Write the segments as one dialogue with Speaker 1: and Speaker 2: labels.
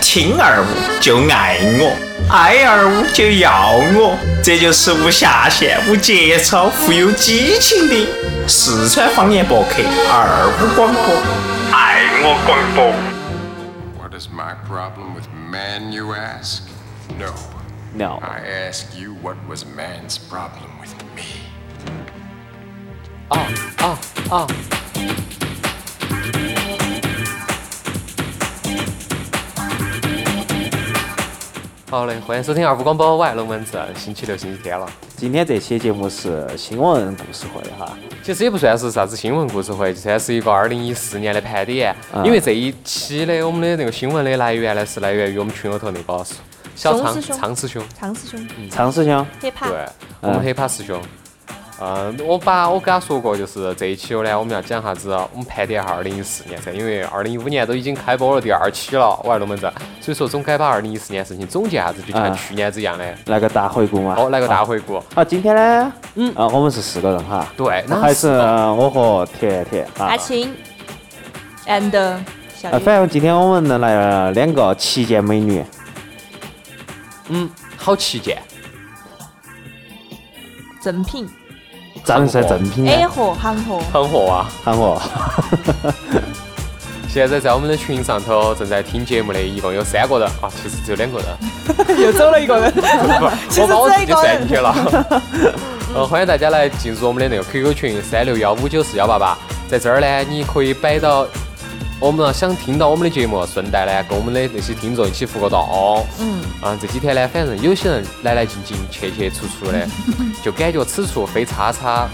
Speaker 1: 听二五就爱我，爱二五就要我，这就是无下限、无节操、富有激情的四川方言博客二五广播，爱我广播。
Speaker 2: What is my problem with man, you ask? No.
Speaker 3: No.
Speaker 2: I ask you what was man's problem with me.
Speaker 4: 好嘞，欢迎收听二五广播，我爱龙门阵。星期六、星期天了，
Speaker 3: 今天这期节目是新闻故事会哈，
Speaker 4: 其实也不算是啥子新闻故事会，就算是一个二零一四年的盘点。
Speaker 3: 啊
Speaker 4: 因为这一期的我们的那个新闻的来源呢，是来源于我们群里头那个小
Speaker 5: 熊
Speaker 4: 苍
Speaker 5: 师兄啊
Speaker 4: 苍师兄，
Speaker 5: 常师兄，
Speaker 3: 常师兄，
Speaker 5: 黑怕
Speaker 4: 嗯对，我们黑怕师兄。嗯，我把我跟他说过，就是这一期呢，我们要讲啥子？我们盘点一下二零一四年噻，因为二零一五年都已经开播了第二期了，我爱龙门阵，所以说总该把二零一四年事情总结下子，就像
Speaker 3: 嗯
Speaker 4: 去年子一样的。
Speaker 3: 来个大回顾嘛。
Speaker 4: 好，来个大
Speaker 3: 啊。
Speaker 4: 回顾。
Speaker 3: 好，今天呢，嗯，啊，我们是四个人哈，
Speaker 4: 对，那
Speaker 3: 还是我和甜甜啊
Speaker 5: 阿。青，and
Speaker 4: 啊
Speaker 5: 小
Speaker 3: 啊，
Speaker 5: 鱼，
Speaker 3: 反正今天我们能来了两个旗舰美女，
Speaker 4: 嗯，好旗舰。
Speaker 5: 正品
Speaker 3: 长得是正品
Speaker 4: 嗯
Speaker 3: 的，
Speaker 5: A 货行货，
Speaker 4: 很火啊！
Speaker 3: 喊我。
Speaker 4: 现在在我们的群上头正在听节目的，一共有三个人啊，其实只有两个人，
Speaker 5: 又走了一个人，
Speaker 4: 不我把我自己算进去了。呃，欢迎大家来进入我们的那个 QQ 群三六幺五九四幺八八，在这儿呢，你可以摆到我们想听到我们的节目，顺带呢跟我们的那些听众一起互个动。
Speaker 5: 嗯，
Speaker 4: 啊，这几天呢，反正有些人来来进进、去去出出 的，就感觉此处非叉叉，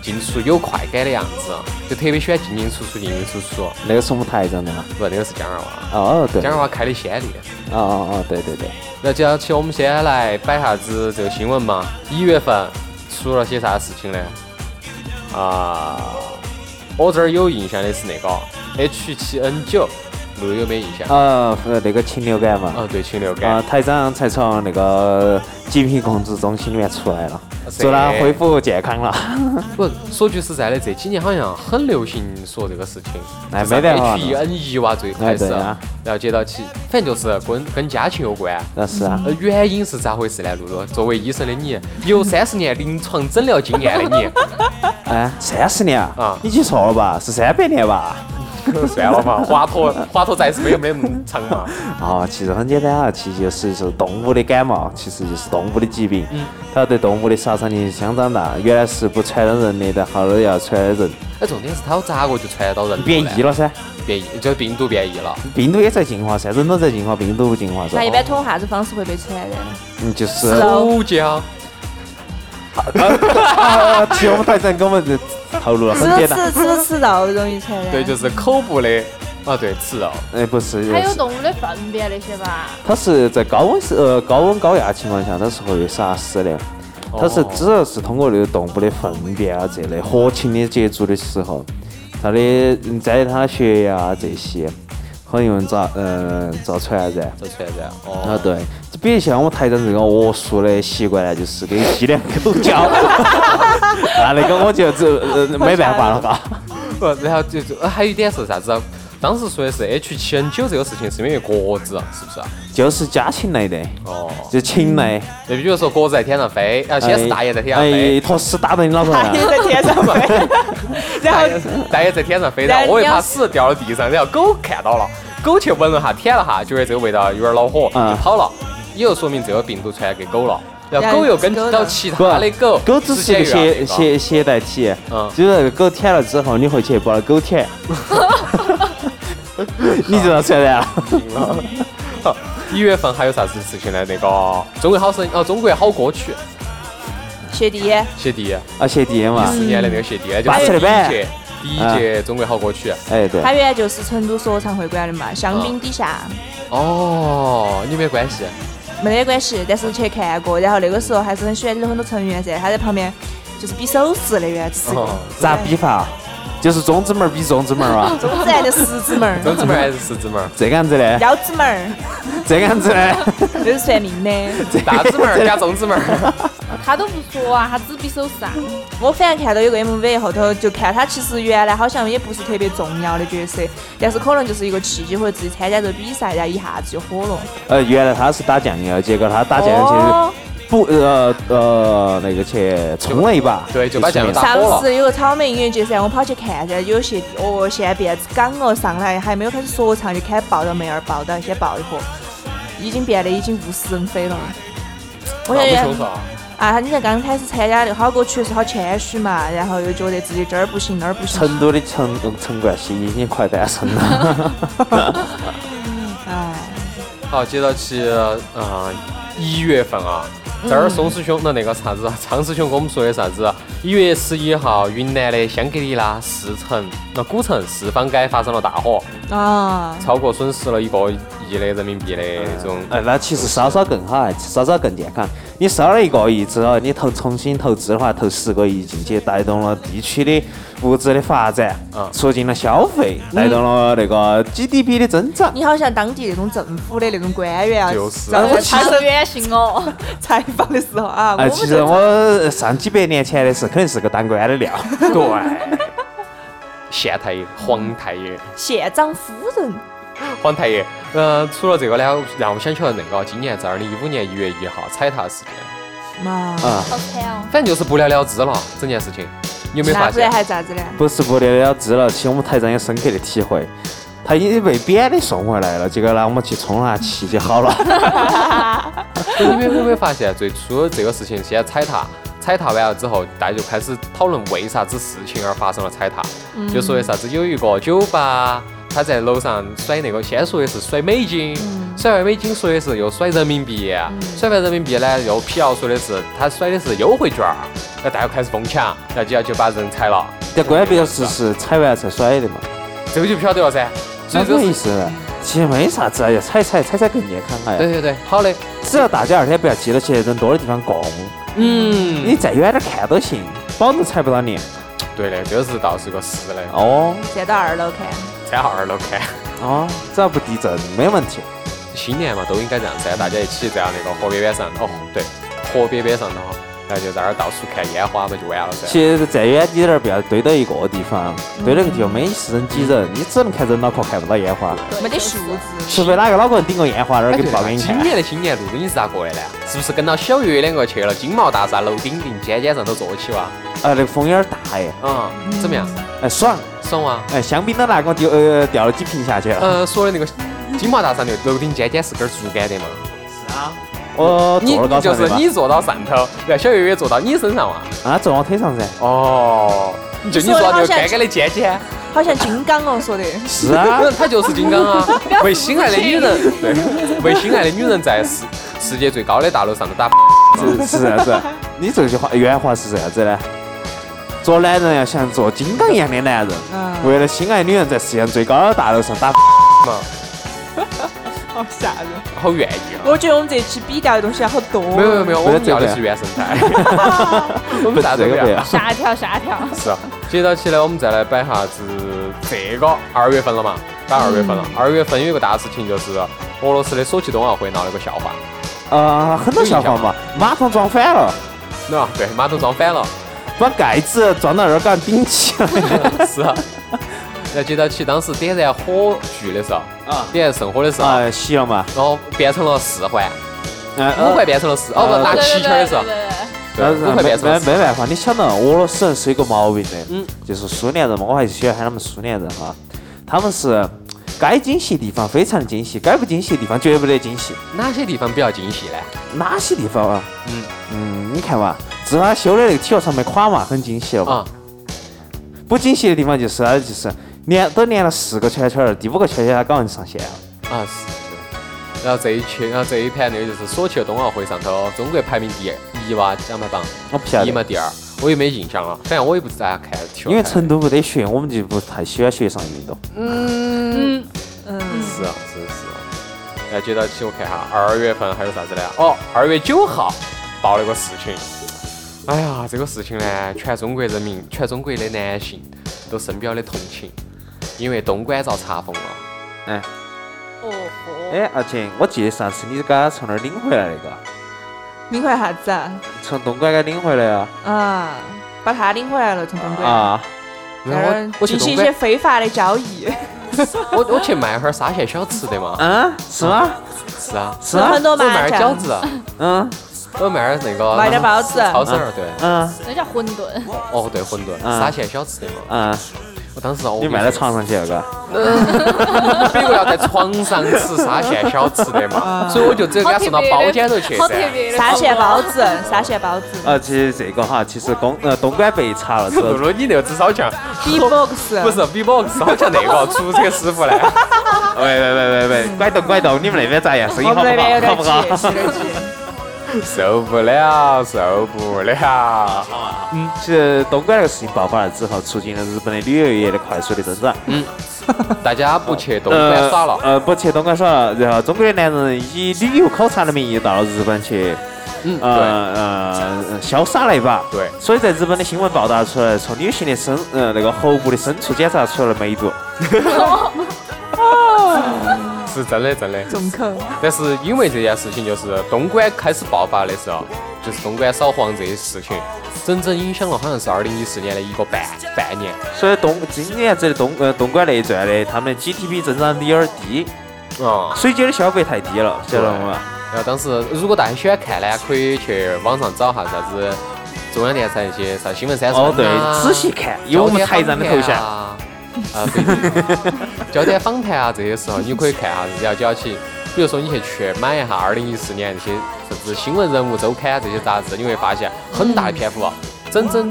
Speaker 4: 进出有快感的样子，就特别喜欢进进出出、进进出出。
Speaker 3: 那个是我们台长的嘛？
Speaker 4: 不，那个是江二娃。
Speaker 3: 哦，对，
Speaker 4: 江二
Speaker 3: 哦
Speaker 4: 娃开的先例。
Speaker 3: 哦哦，对对对，
Speaker 4: 那接下去我们先来摆下子这个新闻嘛。一月份出了些啥事情呢？啊，我这儿有印象的是那个 H7N9，露露有没有印象？
Speaker 3: 呃，呃那个禽流感嘛，
Speaker 4: 啊，对，禽流
Speaker 3: 啊，
Speaker 4: 感。
Speaker 3: 台长才从那个疾病控制中心里面出来了，
Speaker 4: 是
Speaker 3: 祝他恢复健康了。
Speaker 4: 不，说句实在的，这几年好像很流行说这个事情，
Speaker 3: 哎
Speaker 4: 就是
Speaker 3: 没得话
Speaker 4: H1N1 哇，最开始
Speaker 3: 哎对啊，
Speaker 4: 然后接到起，反正就是跟跟家禽有关。
Speaker 3: 那是啊，
Speaker 4: 呃，原因是咋回事呢？露露，作为医生的你，有三十年临床诊疗经验的
Speaker 3: 哎，三十年啊
Speaker 4: 啊，
Speaker 3: 你记错了吧？是三百年吧？
Speaker 4: 你， 算了嘛，华佗华佗在世没有没那么长嘛。
Speaker 3: 哦，其实很简单啊，其实就是就是动物的感冒，其实就是动物的疾病，它对动物的杀伤力相当大。原来是不传染人的，但后来要传染人，
Speaker 4: 哎，重点是它咋个就传到人
Speaker 3: 变异
Speaker 4: 了？
Speaker 3: 了噻。
Speaker 4: 变异，就病毒变异了。
Speaker 3: 病毒也在进化噻，人都在进化，病毒不进化
Speaker 5: 那
Speaker 3: 噻
Speaker 5: 一。般通过啥子方式会被传染？
Speaker 3: 嗯，就是
Speaker 5: 是啊
Speaker 4: 手脚，
Speaker 3: 啊， 其实我们台长给我们透露了很
Speaker 5: 吃
Speaker 3: 简单。
Speaker 5: 吃吃吃肉容易传染，
Speaker 4: 对，就是口部的。啊，对，吃肉。
Speaker 3: 哎，不是，
Speaker 6: 还有
Speaker 3: 是
Speaker 6: 动物的粪便那些吧？
Speaker 3: 它是在高温时呃高温高压情况下，它是会杀死的。它是
Speaker 4: 哦
Speaker 3: 只要是通过那个动物的粪便啊这类活禽的接触的时候，它的嗯沾它的血呀、这些，很容易遭嗯遭传染。
Speaker 4: 这传染。
Speaker 3: 啊，
Speaker 4: 哦，
Speaker 3: 对，这比如像我台长这个恶俗的习惯呢，就是给鸡两口嚼。 那那个我就这、呃、没办法了嘎。
Speaker 4: 不，然后就就呃还有一点是啥子啊？当时说的是 H7N9 这个事情是因为鸽子，是不是啊？
Speaker 3: 就是家禽类的，
Speaker 4: 哦，
Speaker 3: 就禽类。
Speaker 4: 就比如说鸽子在天上飞，啊，先是大爷在天上
Speaker 3: 哎，
Speaker 4: 飞，
Speaker 3: 坨屎打到你脑壳上
Speaker 5: 还。有在天上飞， 然后
Speaker 4: 大爷在天上飞，然后我又怕屎掉到地上，然后狗看到了，狗去闻了下、舔了下，觉得这个味道有点恼火，
Speaker 3: 嗯
Speaker 4: 就跑了。也就说明这个病毒传染给狗了，然
Speaker 5: 然
Speaker 4: 后
Speaker 5: 后
Speaker 4: 狗又跟
Speaker 5: 狗
Speaker 4: 到
Speaker 5: 呢
Speaker 4: 其他的狗，
Speaker 3: 狗只是一个
Speaker 4: 之间又要那
Speaker 3: 携
Speaker 4: 个
Speaker 3: 携携带体，
Speaker 4: 嗯
Speaker 3: 就是那个狗舔了之后，你回去把那 狗舔，你就要传 染了。
Speaker 4: 一月份还有啥子事情呢？那个《中国好声音》哦，《中国好歌曲
Speaker 5: 学弟，》
Speaker 4: 谢帝，
Speaker 3: 啊，学弟嘛，
Speaker 4: 四年的那个谢帝，就
Speaker 3: 巴
Speaker 4: 是
Speaker 3: 适的
Speaker 4: 第
Speaker 3: 呗
Speaker 4: 一届第一届《中国好歌曲》。
Speaker 3: 哎对，
Speaker 5: 他原来就是成都说唱会馆的嘛，香槟底下
Speaker 4: 哦，你没关系，
Speaker 5: 没得关系，但是去看过，然后那个时候还是很喜欢里头很多成员噻，他在旁边就是比手势的原来只是
Speaker 4: 哦，
Speaker 3: 咋比法？就是中指门儿比中指门儿嘛，
Speaker 5: 中指还得食指门
Speaker 4: 中
Speaker 5: 儿，
Speaker 4: 指门还是食指门？
Speaker 3: 这个样子的，
Speaker 5: 腰指门儿，
Speaker 3: 这个样子的，
Speaker 5: 这是算命的。
Speaker 4: 大指门加中指门。
Speaker 6: 他都不说啊，他只比手势啊。
Speaker 5: 我反正看到有个 MV 后头，就看他其实原来好像也不是特别重要的角色，但是可能就是一个契机或者自己参加这个比赛，然后一下子就火了。
Speaker 3: 呃，原来他是打酱油，结果他打酱油
Speaker 5: 哦
Speaker 3: 去不呃呃那个去冲了一把，
Speaker 4: 对就把酱油打
Speaker 5: 上
Speaker 4: 火了
Speaker 5: 次有个草莓音乐节噻，我跑去看噻，有些哦，现在变港了，上来还没有开始说唱，就开始抱着妹儿抱到先抱一会儿，已经变得已经物是人非了。我
Speaker 4: 那
Speaker 5: 感
Speaker 4: 不
Speaker 5: 觉
Speaker 4: 凶手啊，
Speaker 5: 啊，你看刚开始参加那个好歌曲的时候好谦虚嘛，然后又觉得自己这儿不行那儿不行，
Speaker 3: 成都的陈陈冠希已经快单身了，
Speaker 5: 哎，
Speaker 4: 好，接到起，嗯、一月份啊，
Speaker 5: 嗯
Speaker 4: 这儿宋师兄的那个啥子，张师兄跟我们说的啥子？啊一月十一号，云南的香格里拉市城，那古城四方街发生了大火，
Speaker 5: 啊，
Speaker 4: 超过损失了一个亿的人民币的那种。
Speaker 3: 哎，那其实烧烧更好，烧烧更健康。你烧了一个亿之后，你投重新投资的话，投十个亿进去，带动了地区的物质的发展
Speaker 4: 嗯，
Speaker 3: 促进了消费，带动了那个 GDP 的增
Speaker 4: 嗯
Speaker 3: 长。
Speaker 5: 你好像当地那种政府的那种官员啊，
Speaker 4: 就是
Speaker 5: 让我产
Speaker 6: 他
Speaker 5: 生
Speaker 6: 是远信哦，
Speaker 5: 采访的时候啊，我
Speaker 3: 哎，
Speaker 5: 们
Speaker 3: 其
Speaker 5: 这
Speaker 3: 实我上几百年前的事，肯定是个当官的料。
Speaker 4: 对，县太爷、黄太爷、
Speaker 5: 县长夫人，
Speaker 4: 黄太爷，呃，除了这个呢，让我想起了那个今年在二零一五年一月一号踩踏事件，
Speaker 5: 嘛，
Speaker 3: 啊，
Speaker 6: 好惨哦。
Speaker 4: 反正就是不了了之了，整件事情，你有没有
Speaker 5: 那
Speaker 4: 发
Speaker 5: 不然
Speaker 4: 现？
Speaker 5: 还咋子呢？
Speaker 3: 不是不了了之了，其实我们台长有深刻的体会。他已经被扁的送回来了，结果呢，我们去充下气 就好了。
Speaker 4: 对你们有没有发现，最初这个事情先踩踏，踩踏完了之后，大家就开始讨论为啥子事情而发生了踩踏，就说的啥子有一个酒吧，他在楼上甩那个，先说的是甩美金，甩完美金说的是又甩人民币，甩完人民币呢又辟谣说的是他甩的是优惠券儿，那大家开始疯抢，然后就要就把人踩了，
Speaker 3: 但关键是是踩完才甩的嘛，
Speaker 4: 这个就不晓得了噻。所
Speaker 3: 那
Speaker 4: 以这
Speaker 3: 么
Speaker 4: 个
Speaker 3: 意
Speaker 4: 是
Speaker 3: 思呢？其实没啥子，哎呀，踩踩踩踩更健康哎
Speaker 4: 对
Speaker 3: 呀。
Speaker 4: 对对，好的，
Speaker 3: 只要大家二天不要记得去人多的地方逛，
Speaker 4: 嗯，
Speaker 3: 你再远点看都行，保证踩不到你。
Speaker 4: 对的，这个是倒是个实的，
Speaker 3: 哦
Speaker 5: 站到二楼看，
Speaker 4: 在二楼看。
Speaker 3: 哦，只要不地震没问题。
Speaker 4: 新年嘛，都应该这样噻，大家一起在那个河边边上，哦，对，河边边上头，然后就在那儿到处看烟花嘛，就完了噻。
Speaker 3: 其实再远一点儿，不要堆到一个地方，堆到一个地方没意思，人挤人，你只能看人脑壳，看不到烟花。
Speaker 5: 没得素质，
Speaker 3: 除非哪个脑壳顶个烟花，那儿
Speaker 4: 哎
Speaker 3: 给
Speaker 4: 对
Speaker 3: 你
Speaker 4: 了
Speaker 3: 报给你
Speaker 4: 今
Speaker 3: 看。
Speaker 4: 年的新年路你是咋过的呢？是不是跟到小月两个去了金茂大厦楼顶顶尖尖上头坐起哇？
Speaker 3: 呃，那个风有点大耶，
Speaker 4: 嗯，怎么样？
Speaker 3: 哎，爽。
Speaker 4: 爽哇、
Speaker 3: 哎，香槟都拿给我丢呃掉了几瓶下去了。
Speaker 4: 呃，说的那个金茂大厦那个楼顶尖尖是根儿竹竿的嘛？
Speaker 3: 我
Speaker 4: 你
Speaker 3: 哦坐了高
Speaker 4: 就
Speaker 3: 上
Speaker 4: 是
Speaker 3: 的吧？
Speaker 4: 你坐到上头，然后小月月坐到你身上哇？
Speaker 3: 啊，坐我腿上噻。
Speaker 4: 哦，就你坐到那个杆杆的尖尖。
Speaker 5: 好像金刚哦说的，
Speaker 3: 是啊，
Speaker 4: 她就是金刚啊！ 为心爱的女人，对，为心爱的女人在世世界最高的大 楼上头打
Speaker 3: 是是这样子。你这句话原话是这样子的：做男人要像做金刚一样的男人，
Speaker 5: 嗯
Speaker 3: 为了心爱女人在世界上最高的大楼上打
Speaker 4: 嘛，
Speaker 5: 好吓人。
Speaker 4: 好愿意啊！
Speaker 5: 我觉得我们这一期比较的东西好多。
Speaker 4: 没有没有没有，我们
Speaker 3: 不要
Speaker 4: 要
Speaker 3: 这个
Speaker 4: 的是原生 态，我们啥都
Speaker 3: 这
Speaker 4: 不
Speaker 3: 个不
Speaker 4: 要
Speaker 3: 要。。
Speaker 6: 吓一跳，吓一跳。
Speaker 4: 是啊，接到起来我们再来摆下子这个二月份了嘛，摆二月份了。二月份有一个大事情就是俄罗斯的索契冬奥会闹了个笑话，
Speaker 3: 呃，很多笑话嘛，马桶装反了，
Speaker 4: 那对马桶装反了。
Speaker 3: 把盖子装到那儿杆顶起来。
Speaker 4: 是啊，然后接到起当时点燃火炬的时候，
Speaker 3: 啊
Speaker 4: 点燃圣火的时候，
Speaker 3: 啊，洗了嘛？
Speaker 4: 然后变成了四环。
Speaker 3: 嗯
Speaker 4: 五块变成了四，哦不，
Speaker 3: 呃
Speaker 4: 拿
Speaker 6: 对
Speaker 4: 七
Speaker 6: 对
Speaker 4: 圈儿
Speaker 6: 对
Speaker 4: 是吧呃
Speaker 6: 对？对对。
Speaker 4: 对，五块
Speaker 3: 没
Speaker 4: 变成了
Speaker 3: 呃没
Speaker 4: 四。
Speaker 3: 没办法，你晓得俄罗斯人是有个毛病的，
Speaker 4: 嗯
Speaker 3: 就是苏联人嘛，我还是喜欢喊他们苏联人哈，他们是该精细的地方非常精细，该不精细的地方绝对不得精细。
Speaker 4: 哪些地方比较精细呢？
Speaker 3: 哪些地方啊？
Speaker 4: 嗯
Speaker 3: 嗯，你看嘛，自他修的那个体育场没垮嘛，很精细了嘛。
Speaker 4: 啊，
Speaker 3: 不精细的地方就是啊就是连都连了四个圈圈儿，第五个圈圈儿刚刚上线了。
Speaker 4: 啊是。然后这一圈，然后这一盘那个就是索契冬奥会上头，中国排名第一哇，奖牌榜
Speaker 3: 我不晓
Speaker 4: 一嘛
Speaker 3: 得，
Speaker 4: 第二，我也没印象了，反正我也不咋看体育。
Speaker 3: 因为成都没得雪，我们就不太喜欢雪上运动。
Speaker 6: 嗯，
Speaker 4: 是啊是啊是啊。然后接到起我看哈，二月份还有啥子呢？哦，二月九号爆了个事情。哎呀，这个事情呢，全中国人民、全中国的男性都深表的同情，因为东莞遭查封了。
Speaker 3: 哎
Speaker 6: 哦哦。
Speaker 3: 哎，而且我记得上次你刚从那儿领回来那个，
Speaker 5: 领回来啥子啊？
Speaker 3: 从东莞给领回来啊
Speaker 5: 啊，把他领回来了，从东莞，
Speaker 3: 啊！
Speaker 5: 在那儿
Speaker 4: 我我去
Speaker 5: 进行
Speaker 4: 东
Speaker 5: 一些
Speaker 4: 莞，
Speaker 5: 非法的交 易，
Speaker 4: 我我去卖哈儿沙县小吃的嘛。
Speaker 3: 嗯，是吗？
Speaker 4: 是 啊，
Speaker 3: 是啊
Speaker 5: 很多
Speaker 4: 我卖
Speaker 5: 麻
Speaker 4: 点饺
Speaker 5: 将，
Speaker 4: 子，
Speaker 3: 嗯
Speaker 4: 我卖点那个
Speaker 5: 买点包子，
Speaker 4: 超市儿对，
Speaker 3: 嗯
Speaker 6: 那叫馄饨，
Speaker 4: 哦对馄饨，
Speaker 3: 嗯
Speaker 4: 沙县小吃的嘛。
Speaker 3: 嗯，
Speaker 4: 我当时我哦
Speaker 3: 你卖到床上去了嘎？
Speaker 4: 别个要在床上吃沙县小吃的
Speaker 5: 啊
Speaker 4: 嘛，所以我就直接给
Speaker 6: 好
Speaker 4: 他
Speaker 6: 特
Speaker 4: 送到
Speaker 6: 别
Speaker 4: 包
Speaker 6: 的
Speaker 4: 间头去
Speaker 6: 好特
Speaker 4: 噻。
Speaker 6: 别的
Speaker 5: 沙县包
Speaker 6: 包
Speaker 5: 子，沙县包子
Speaker 3: 啊，其实这个哈，其实东呃东莞被查了 之
Speaker 4: 露
Speaker 3: 后，
Speaker 4: 露，你那个至少 像
Speaker 5: ，B-box，
Speaker 4: 不是 B-box，好像那个出租车师傅嘞。
Speaker 3: 喂喂喂喂喂，拐动拐动，你们那边咋样？生意
Speaker 5: 我
Speaker 3: 好
Speaker 5: 们那边有
Speaker 3: 不好？好
Speaker 5: 点
Speaker 3: 不好
Speaker 5: 急，？有点 急。
Speaker 4: 受不了，受不了。
Speaker 3: 其实嗯东莞那个事情爆发了之后，促进了日本的旅游业的快速的增长。
Speaker 4: 嗯大家不去东莞耍了，
Speaker 3: 呃，呃不去东莞耍了。然后中国的男人以旅游考察的名义到了日本去，
Speaker 4: 嗯，
Speaker 3: 呃
Speaker 4: 对，
Speaker 3: 呃，潇洒了一把。
Speaker 4: 对
Speaker 3: 所以在日本的新闻报道出来，从女性的深呃那个喉部的深处检查出了梅毒。
Speaker 4: 是真的真的。
Speaker 5: 重口，
Speaker 4: 但是因为这件事情，就是东莞开始爆发的时候，就是东莞扫黄这些事情，整整影响了好像是二零一四年的一个半半年。
Speaker 3: 所以东今年子的东呃东莞那一转的，他们的 GDP 增长率有点低，
Speaker 4: 啊、
Speaker 3: 水酒的消费太低了，晓得吗？
Speaker 4: 然后当时如果大家喜欢看呢，可以去网上找哈啥子中央电视台那些啥新闻三十
Speaker 3: 哦，
Speaker 4: 分
Speaker 3: 对
Speaker 4: 啊，
Speaker 3: 仔细看，有我们台长的头像。
Speaker 4: 啊，啊，对 焦点访谈啊，这些时候你可以看下人家就要去，比如说你去去买一下二零一四年那些甚至新闻人物周刊啊这些杂志，你会发现很大的篇幅啊，
Speaker 3: 嗯
Speaker 4: 整整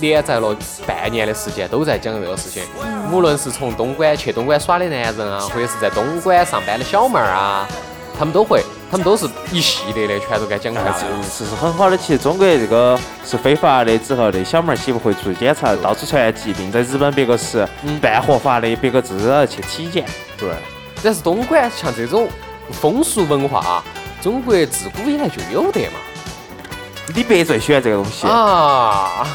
Speaker 4: 连载了半年的时间都在讲这个事情。
Speaker 3: 嗯
Speaker 4: 无论是从东莞去东莞耍的男人啊，或者是在东莞上班的小妹儿啊，他们都会，他们都是一系列的全都给讲下
Speaker 3: 啊，
Speaker 4: 来
Speaker 3: 这
Speaker 4: 了。
Speaker 3: 是是很好的。其实中国这个是非法的，之后那小妹儿岂不会出去检查，到处传疾病。在日本别个是半合法的，别个至少要去体检。
Speaker 4: 对，但是东莞像这种风俗文化啊，中国自古以来就有的嘛。
Speaker 3: 李白最喜欢这个东西啊
Speaker 4: 啊，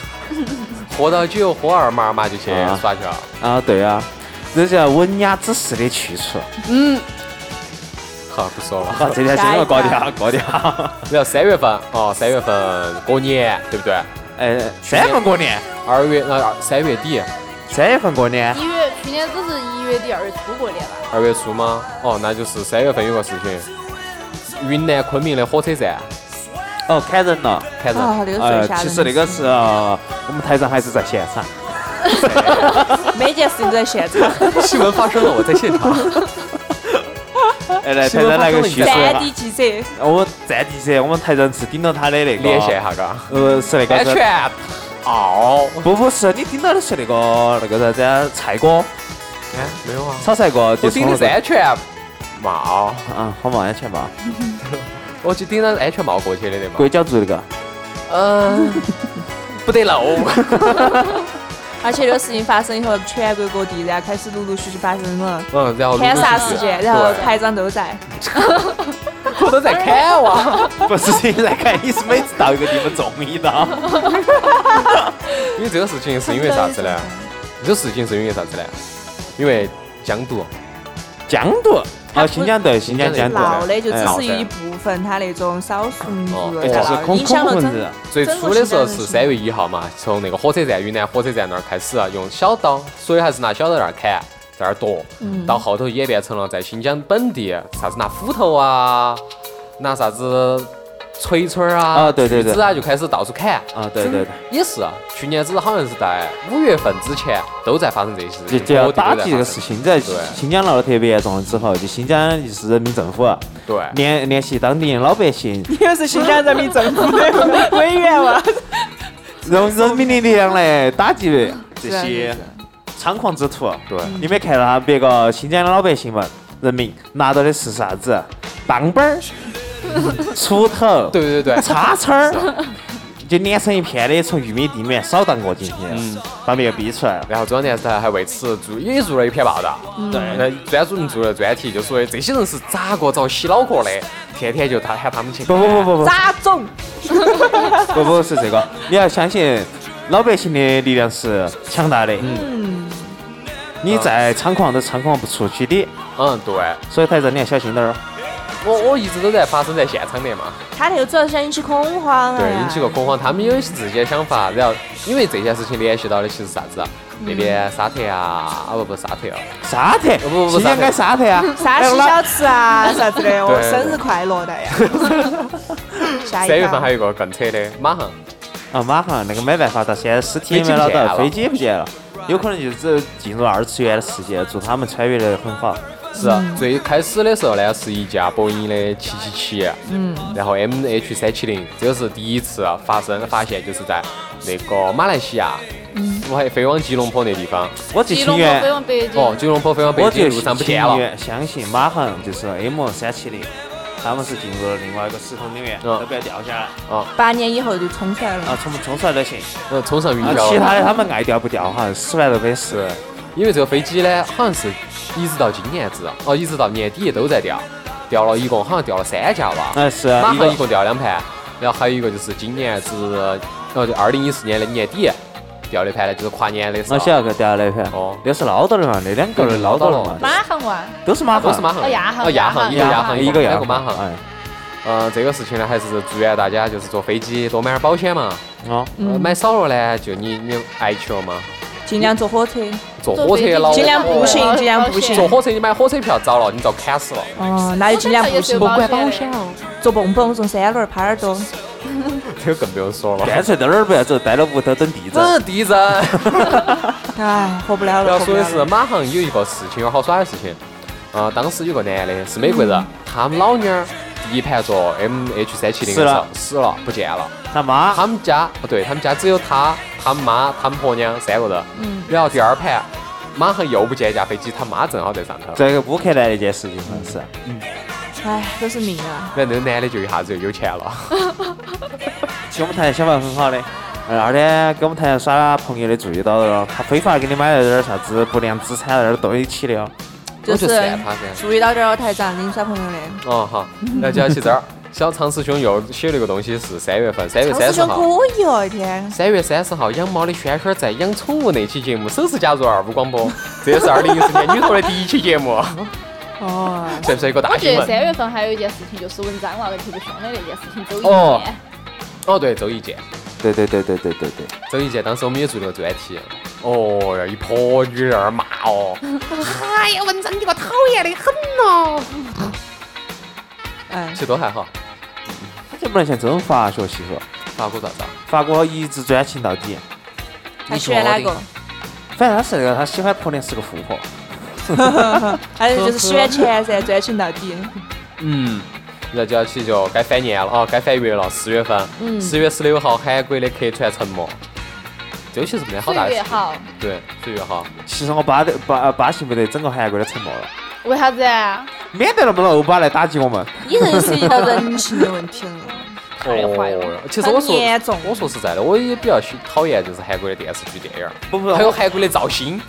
Speaker 4: 喝到酒喝二麻嘛就去
Speaker 3: 啊
Speaker 4: 耍去了。
Speaker 3: 对啊，这叫文雅之士的去处。
Speaker 4: 好，不说了。
Speaker 3: 好，这条新闻高调高调。
Speaker 4: 然后三月份哦，三月份过年，对不对？
Speaker 3: 哎，三月份过年，
Speaker 4: 二月呃二三月底，
Speaker 3: 三月份过年，
Speaker 6: 一月去年只是一月底二月初过年吧，
Speaker 4: 二月初吗？哦，那就是三月份有个事情，云南昆明的火车站
Speaker 3: 哦，砍人了。
Speaker 4: 砍人。
Speaker 5: 啊，流水
Speaker 3: 呃，
Speaker 5: 下
Speaker 3: 其实那个是呃我们台长还是在现场。
Speaker 5: 每件事情都在现场，
Speaker 4: 新闻发生了，我在现场。
Speaker 3: 哎，来，
Speaker 4: 新
Speaker 3: 台
Speaker 4: 闻
Speaker 3: 长
Speaker 4: 发
Speaker 3: 来个
Speaker 4: 布了
Speaker 3: 叙述
Speaker 5: 战
Speaker 3: 吧
Speaker 5: 地。记者，
Speaker 3: 我们战地者，我们台长是顶到他的那个
Speaker 4: 连线哎哈，嘎。
Speaker 3: 呃，是那个
Speaker 4: 安
Speaker 3: 是
Speaker 4: 全套。
Speaker 3: 不不是，你听到的是那个那个啥子啊菜哥，
Speaker 4: 哎，没有啊。
Speaker 3: 炒菜哥就
Speaker 4: 我
Speaker 3: 从
Speaker 4: 顶
Speaker 3: 那
Speaker 4: 的是
Speaker 3: 个
Speaker 4: 安全帽，
Speaker 3: 啊，好嘛，安全帽，
Speaker 4: 我就顶着安全帽过去的对吗？
Speaker 3: 硅胶做那个，
Speaker 4: 嗯，不得漏。
Speaker 5: 而且这个事情发生以后，全国各地然后开始陆陆续续发生了。
Speaker 4: 嗯，然后
Speaker 5: 砍杀事件，然后
Speaker 4: 对
Speaker 5: 台长都在，
Speaker 4: 我都在砍哇，
Speaker 3: 不是你来看，你是每次到一个地方中一刀，
Speaker 4: 因为这个事情是因为啥子 呢？这个事情是因为啥子呢？因为江啊毒，
Speaker 3: 江毒，啊，新疆对，新疆
Speaker 4: 新疆
Speaker 3: 江
Speaker 4: 对
Speaker 3: 毒，
Speaker 5: 闹的就只
Speaker 3: 哎
Speaker 5: 是一部分他那种少数民族
Speaker 4: 哦
Speaker 5: 的
Speaker 3: 哎
Speaker 5: 在
Speaker 3: 就是
Speaker 5: 闹，
Speaker 3: 恐
Speaker 5: 影响
Speaker 3: 恐怖
Speaker 5: 了
Speaker 3: 分
Speaker 5: 整
Speaker 3: 子，
Speaker 4: 最初的时候是三月一号嘛，从那个火车站云南火车站那儿开始啊，用小刀，所以还是拿小刀那儿砍，在那儿剁，到后头演变成了在新疆本地啥子拿斧头啊，拿啥子锤锤儿啊、
Speaker 3: 啊对对对
Speaker 4: 锯子啊就开始到处砍，
Speaker 3: 啊，对对对，
Speaker 4: 也是啊去年子好像是在五月份之前都在发生这些事
Speaker 3: 就
Speaker 4: 情，
Speaker 3: 就要
Speaker 4: 各地都
Speaker 3: 打
Speaker 4: 在
Speaker 3: 击
Speaker 4: 发
Speaker 3: 这个
Speaker 4: 生
Speaker 3: 事情，在
Speaker 4: 对
Speaker 3: 新疆闹得特别严重了之后，就新疆就是人民政府啊
Speaker 4: 对
Speaker 3: 联联系当地老百姓，
Speaker 5: 你又是新疆人民政府的委员哇，
Speaker 3: 用人民的力量来打击这
Speaker 4: 啊
Speaker 3: 些猖狂之徒。对，你没看到他别个新疆的老百姓们，人民拿到的是啥子？棒 棒儿、锄头、
Speaker 4: 对对啊对，
Speaker 3: 叉叉 儿，就连成一片的从玉米地里面扫荡过进去，把别个逼出来了。
Speaker 4: 然后中央电视台还为此做也做了一篇报道，那专主任做了专题，就说的这些人是咋个遭洗脑过的，天天就他喊他们去。
Speaker 3: 不不不不
Speaker 5: 杂种，
Speaker 3: 不不不是这个，你要相信老百姓的力量是强大的。嗯，你再猖狂都猖狂不出去的，
Speaker 4: 嗯，对，
Speaker 3: 所以台长你要小心点儿哦。
Speaker 4: 我我一直都在发生在现场的嘛，
Speaker 5: 他那个主要是想引起恐慌啊。
Speaker 4: 对，引起个恐慌。他们有一些自己的想法，然后因为这件事情联系到的其实是啥子啊？那边沙特啊，啊不不沙特啊，
Speaker 3: 沙特，
Speaker 4: 不不不
Speaker 3: 新疆该沙特啊，
Speaker 5: 沙西小吃啊啥子的，我
Speaker 4: 对
Speaker 5: 生日快乐的呀。 下一
Speaker 4: 三月份
Speaker 5: 趴
Speaker 4: 还有一个更扯的，马航
Speaker 3: 啊，马航那个没办法，到现在尸体也没捞到，飞机也不见了，有可能就只进入二次元的世界，祝他们穿越得很好。
Speaker 4: 是啊最开始的时候呢，是一架波音的七七七，嗯，然后 MH 三七零，这个是第一次发生发现，就是在那个马来西亚，我还飞往吉隆坡那地方，
Speaker 3: 我就
Speaker 6: 吉
Speaker 3: 情
Speaker 6: 隆坡飞
Speaker 3: 愿，
Speaker 6: 往北
Speaker 7: 嗯
Speaker 6: 京，
Speaker 4: 哦，吉隆坡飞往北
Speaker 3: 我
Speaker 4: 京
Speaker 3: 就
Speaker 4: 路上不
Speaker 3: 情
Speaker 4: 见了，
Speaker 3: 愿相信马航就是 M 三七零，他们是进入了另外一个时空里面，
Speaker 4: 嗯
Speaker 3: 都不要掉下来，
Speaker 5: 八年以后就冲出来了。
Speaker 3: 啊，冲冲出来就行。
Speaker 4: 嗯，冲上云
Speaker 3: 啊，
Speaker 4: 霄
Speaker 3: 其他
Speaker 4: 了。
Speaker 3: 的他们爱掉不掉哈，死完都可以死
Speaker 4: 是。，因为这个飞机呢，好像是一直到今年子，哦，一直到年底都在掉，掉了一共好像掉了三架吧。
Speaker 3: 哎，是
Speaker 4: 马航
Speaker 3: 一个
Speaker 4: 一共掉两盘，然后还有一个就是今年是，哦，就二零一四年的年底掉的盘呢，就是跨年的时
Speaker 3: 我
Speaker 4: 候，
Speaker 3: 晓得掉那盘，
Speaker 4: 哦
Speaker 3: 那是捞到的嘛，那两个捞到了嘛，
Speaker 6: 马航哇，
Speaker 3: 都是马航，
Speaker 4: 都是马航，
Speaker 6: 哦亚航
Speaker 4: 哦亚
Speaker 6: 亚航
Speaker 4: 一个亚
Speaker 6: 航
Speaker 4: 航，
Speaker 3: 一个
Speaker 4: 两
Speaker 3: 呀
Speaker 4: 个马航。
Speaker 3: 哎，
Speaker 4: 呃，这个事情呢，还是祝愿大家就是坐飞机多买点保险嘛，
Speaker 3: 哦，
Speaker 4: 呃
Speaker 6: 嗯
Speaker 4: 买少了呢，就你你挨起了嘛。
Speaker 5: 尽量坐火车，
Speaker 4: 坐
Speaker 6: 坐
Speaker 4: 哦火
Speaker 6: 飞
Speaker 4: 车
Speaker 6: 机
Speaker 4: 老
Speaker 5: 尽量
Speaker 4: 火
Speaker 5: 不
Speaker 6: 哦
Speaker 5: 行尽量不行
Speaker 4: 坐火车你买火车票早了，你遭砍死 了。
Speaker 5: 哦，那就尽量不行。
Speaker 6: 不管保险
Speaker 4: 啊
Speaker 6: 哦，
Speaker 5: 坐蹦蹦，坐三轮儿，耙耳朵。
Speaker 4: 这个更不用说了。
Speaker 3: 干脆到哪儿不要走，待到屋头等地震。
Speaker 4: 这是地震。
Speaker 5: 唉，哎活不了 了。
Speaker 4: 要
Speaker 5: 活不
Speaker 4: 说
Speaker 5: 了
Speaker 4: 的
Speaker 5: 了
Speaker 4: 是，马航有一个事情，有好耍的事情。啊、当时有个男的是美国人，他们老娘儿第一盘坐 MH 三七零
Speaker 3: 死
Speaker 4: 的时候
Speaker 3: 了
Speaker 4: 死了，不见了。
Speaker 3: 他妈，
Speaker 4: 他们家不对，他们家只有他、他妈、他们婆娘三个人。
Speaker 6: 嗯
Speaker 4: 然后第二盘，马航又不见一架飞机，他妈正好在上头。
Speaker 3: 这个乌克兰的一件事情好像是，
Speaker 5: 唉，都是命啊。
Speaker 4: 然后那个男的就一下子就有钱了。
Speaker 3: 其实我们谈的想法很好的。呃二天跟我们谈耍朋友的注意到了，他非法给你买了点儿啥子不良资产那点儿东西起的哦。
Speaker 5: 就
Speaker 4: 我就是算他噻。
Speaker 5: 注意到这儿，台长跟你耍朋友的。
Speaker 4: 哦好，那就要去这儿。小常师兄又写了一个东西，是三月份，三月
Speaker 5: 长
Speaker 4: 三
Speaker 5: 师
Speaker 4: 十
Speaker 5: 兄
Speaker 4: 号。
Speaker 5: 可以哦，一天。
Speaker 4: 三月三十号，养猫的轩轩在养宠物那期节目首次加入二五 广播，这也是二零一四年女头的第一期节目，
Speaker 5: 哦，
Speaker 4: 算不算一个大
Speaker 6: 我觉
Speaker 4: 新
Speaker 6: 得
Speaker 4: 闻？
Speaker 6: 三月份还有一件事情，就是文章那个特别凶的那件事情，周一
Speaker 4: 哦
Speaker 6: 见。
Speaker 4: 哦，对，周一见，
Speaker 3: 对对对对对对对，
Speaker 4: 周一见，当时我们也做了个专题，哦哟，一泼女人儿骂哦，
Speaker 6: 哎呀，文章你个讨厌的很哦。
Speaker 5: 嗯哎
Speaker 4: 其，实都还好，
Speaker 3: 他就不能像周润发学习嗦，
Speaker 4: 法国咋子啊？
Speaker 3: 发哥一直专情到底。
Speaker 5: 他喜欢哪个？
Speaker 3: 反正他是那个，他喜欢可能是个富婆。
Speaker 5: 还有就是喜欢钱噻，专情到 底。
Speaker 4: 嗯，那就要去就该翻年了啊，该翻阅了，四月份，
Speaker 6: 嗯
Speaker 4: 十月十六号韩国的客船沉没，这其实没得好
Speaker 6: 四
Speaker 4: 大的
Speaker 6: 月
Speaker 4: 事，
Speaker 6: 号，
Speaker 4: 对，四月号，
Speaker 3: 其实我巴得巴巴信不得整个韩国都沉没了，
Speaker 6: 为啥子啊？
Speaker 3: 免得那么多欧巴来打击我们。
Speaker 5: 你认识到人性的问题了。
Speaker 6: 太坏了
Speaker 4: 哦哟其实我说
Speaker 5: 很严重
Speaker 4: 我说实在的，我也比较喜讨厌就是韩国的电视剧、电影儿，
Speaker 3: 不不
Speaker 4: 还有韩国的造星。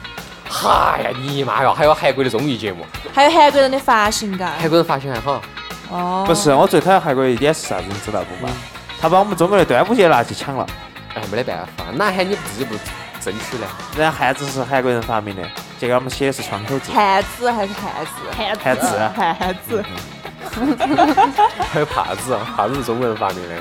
Speaker 4: 嗨呀，你妈呀！还有韩国的综艺节目，
Speaker 5: 还有韩国人的发型嘎。
Speaker 4: 韩国人发型还好，
Speaker 5: 哦。
Speaker 3: 不。是，我最讨厌韩国一点是啥子，你知道不嘛？他把我们中国的端午节拿去抢了，
Speaker 4: 哎，没得办法，哪喊你自己不争取呢？
Speaker 3: 人家汉字是韩国人发明的，结果我们写的是窗口字，
Speaker 5: 汉子还是汉字？
Speaker 6: 汉
Speaker 3: 汉字。
Speaker 5: 汉
Speaker 4: 嗯
Speaker 5: 子。
Speaker 4: 还有帕子，啊 帕子是中国人发明的。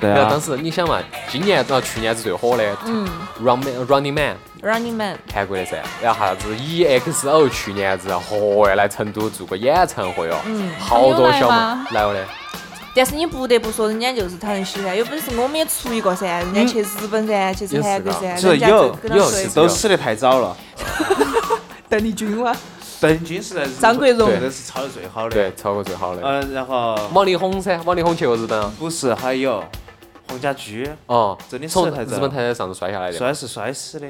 Speaker 3: 对
Speaker 4: 然后
Speaker 3: 啊
Speaker 4: 当，时你想嘛，今年到去年是最火的，嗯，Running Running Man
Speaker 5: 让你们
Speaker 4: 韩国的噻，然后啥子 EXO 去年子，嚯来成都做过演唱会哦，好多小
Speaker 6: 他
Speaker 4: 妹来了的，
Speaker 5: 但是你不得不说，人家就是讨人喜欢。有本事我们也出一个噻，人家去日本噻，去韩国噻，
Speaker 4: 也
Speaker 3: 是
Speaker 5: 人
Speaker 3: 的
Speaker 5: 家就
Speaker 4: 有
Speaker 5: 跟到
Speaker 4: 有
Speaker 5: 睡
Speaker 4: 是。
Speaker 3: 都死得太早了。
Speaker 5: 邓丽君哇，
Speaker 3: 邓丽君是在日本
Speaker 5: 张国荣
Speaker 3: 真的是抄的最好的。
Speaker 4: 对，，超过最好的。
Speaker 3: 嗯，然后
Speaker 4: 王力宏噻，王力宏去过日本啊，
Speaker 3: 不是还有黄家驹，
Speaker 4: 哦，
Speaker 3: 真的是
Speaker 4: 从
Speaker 3: 太
Speaker 4: 日
Speaker 3: 早
Speaker 4: 本台上头摔下来的。
Speaker 3: 摔是摔死的。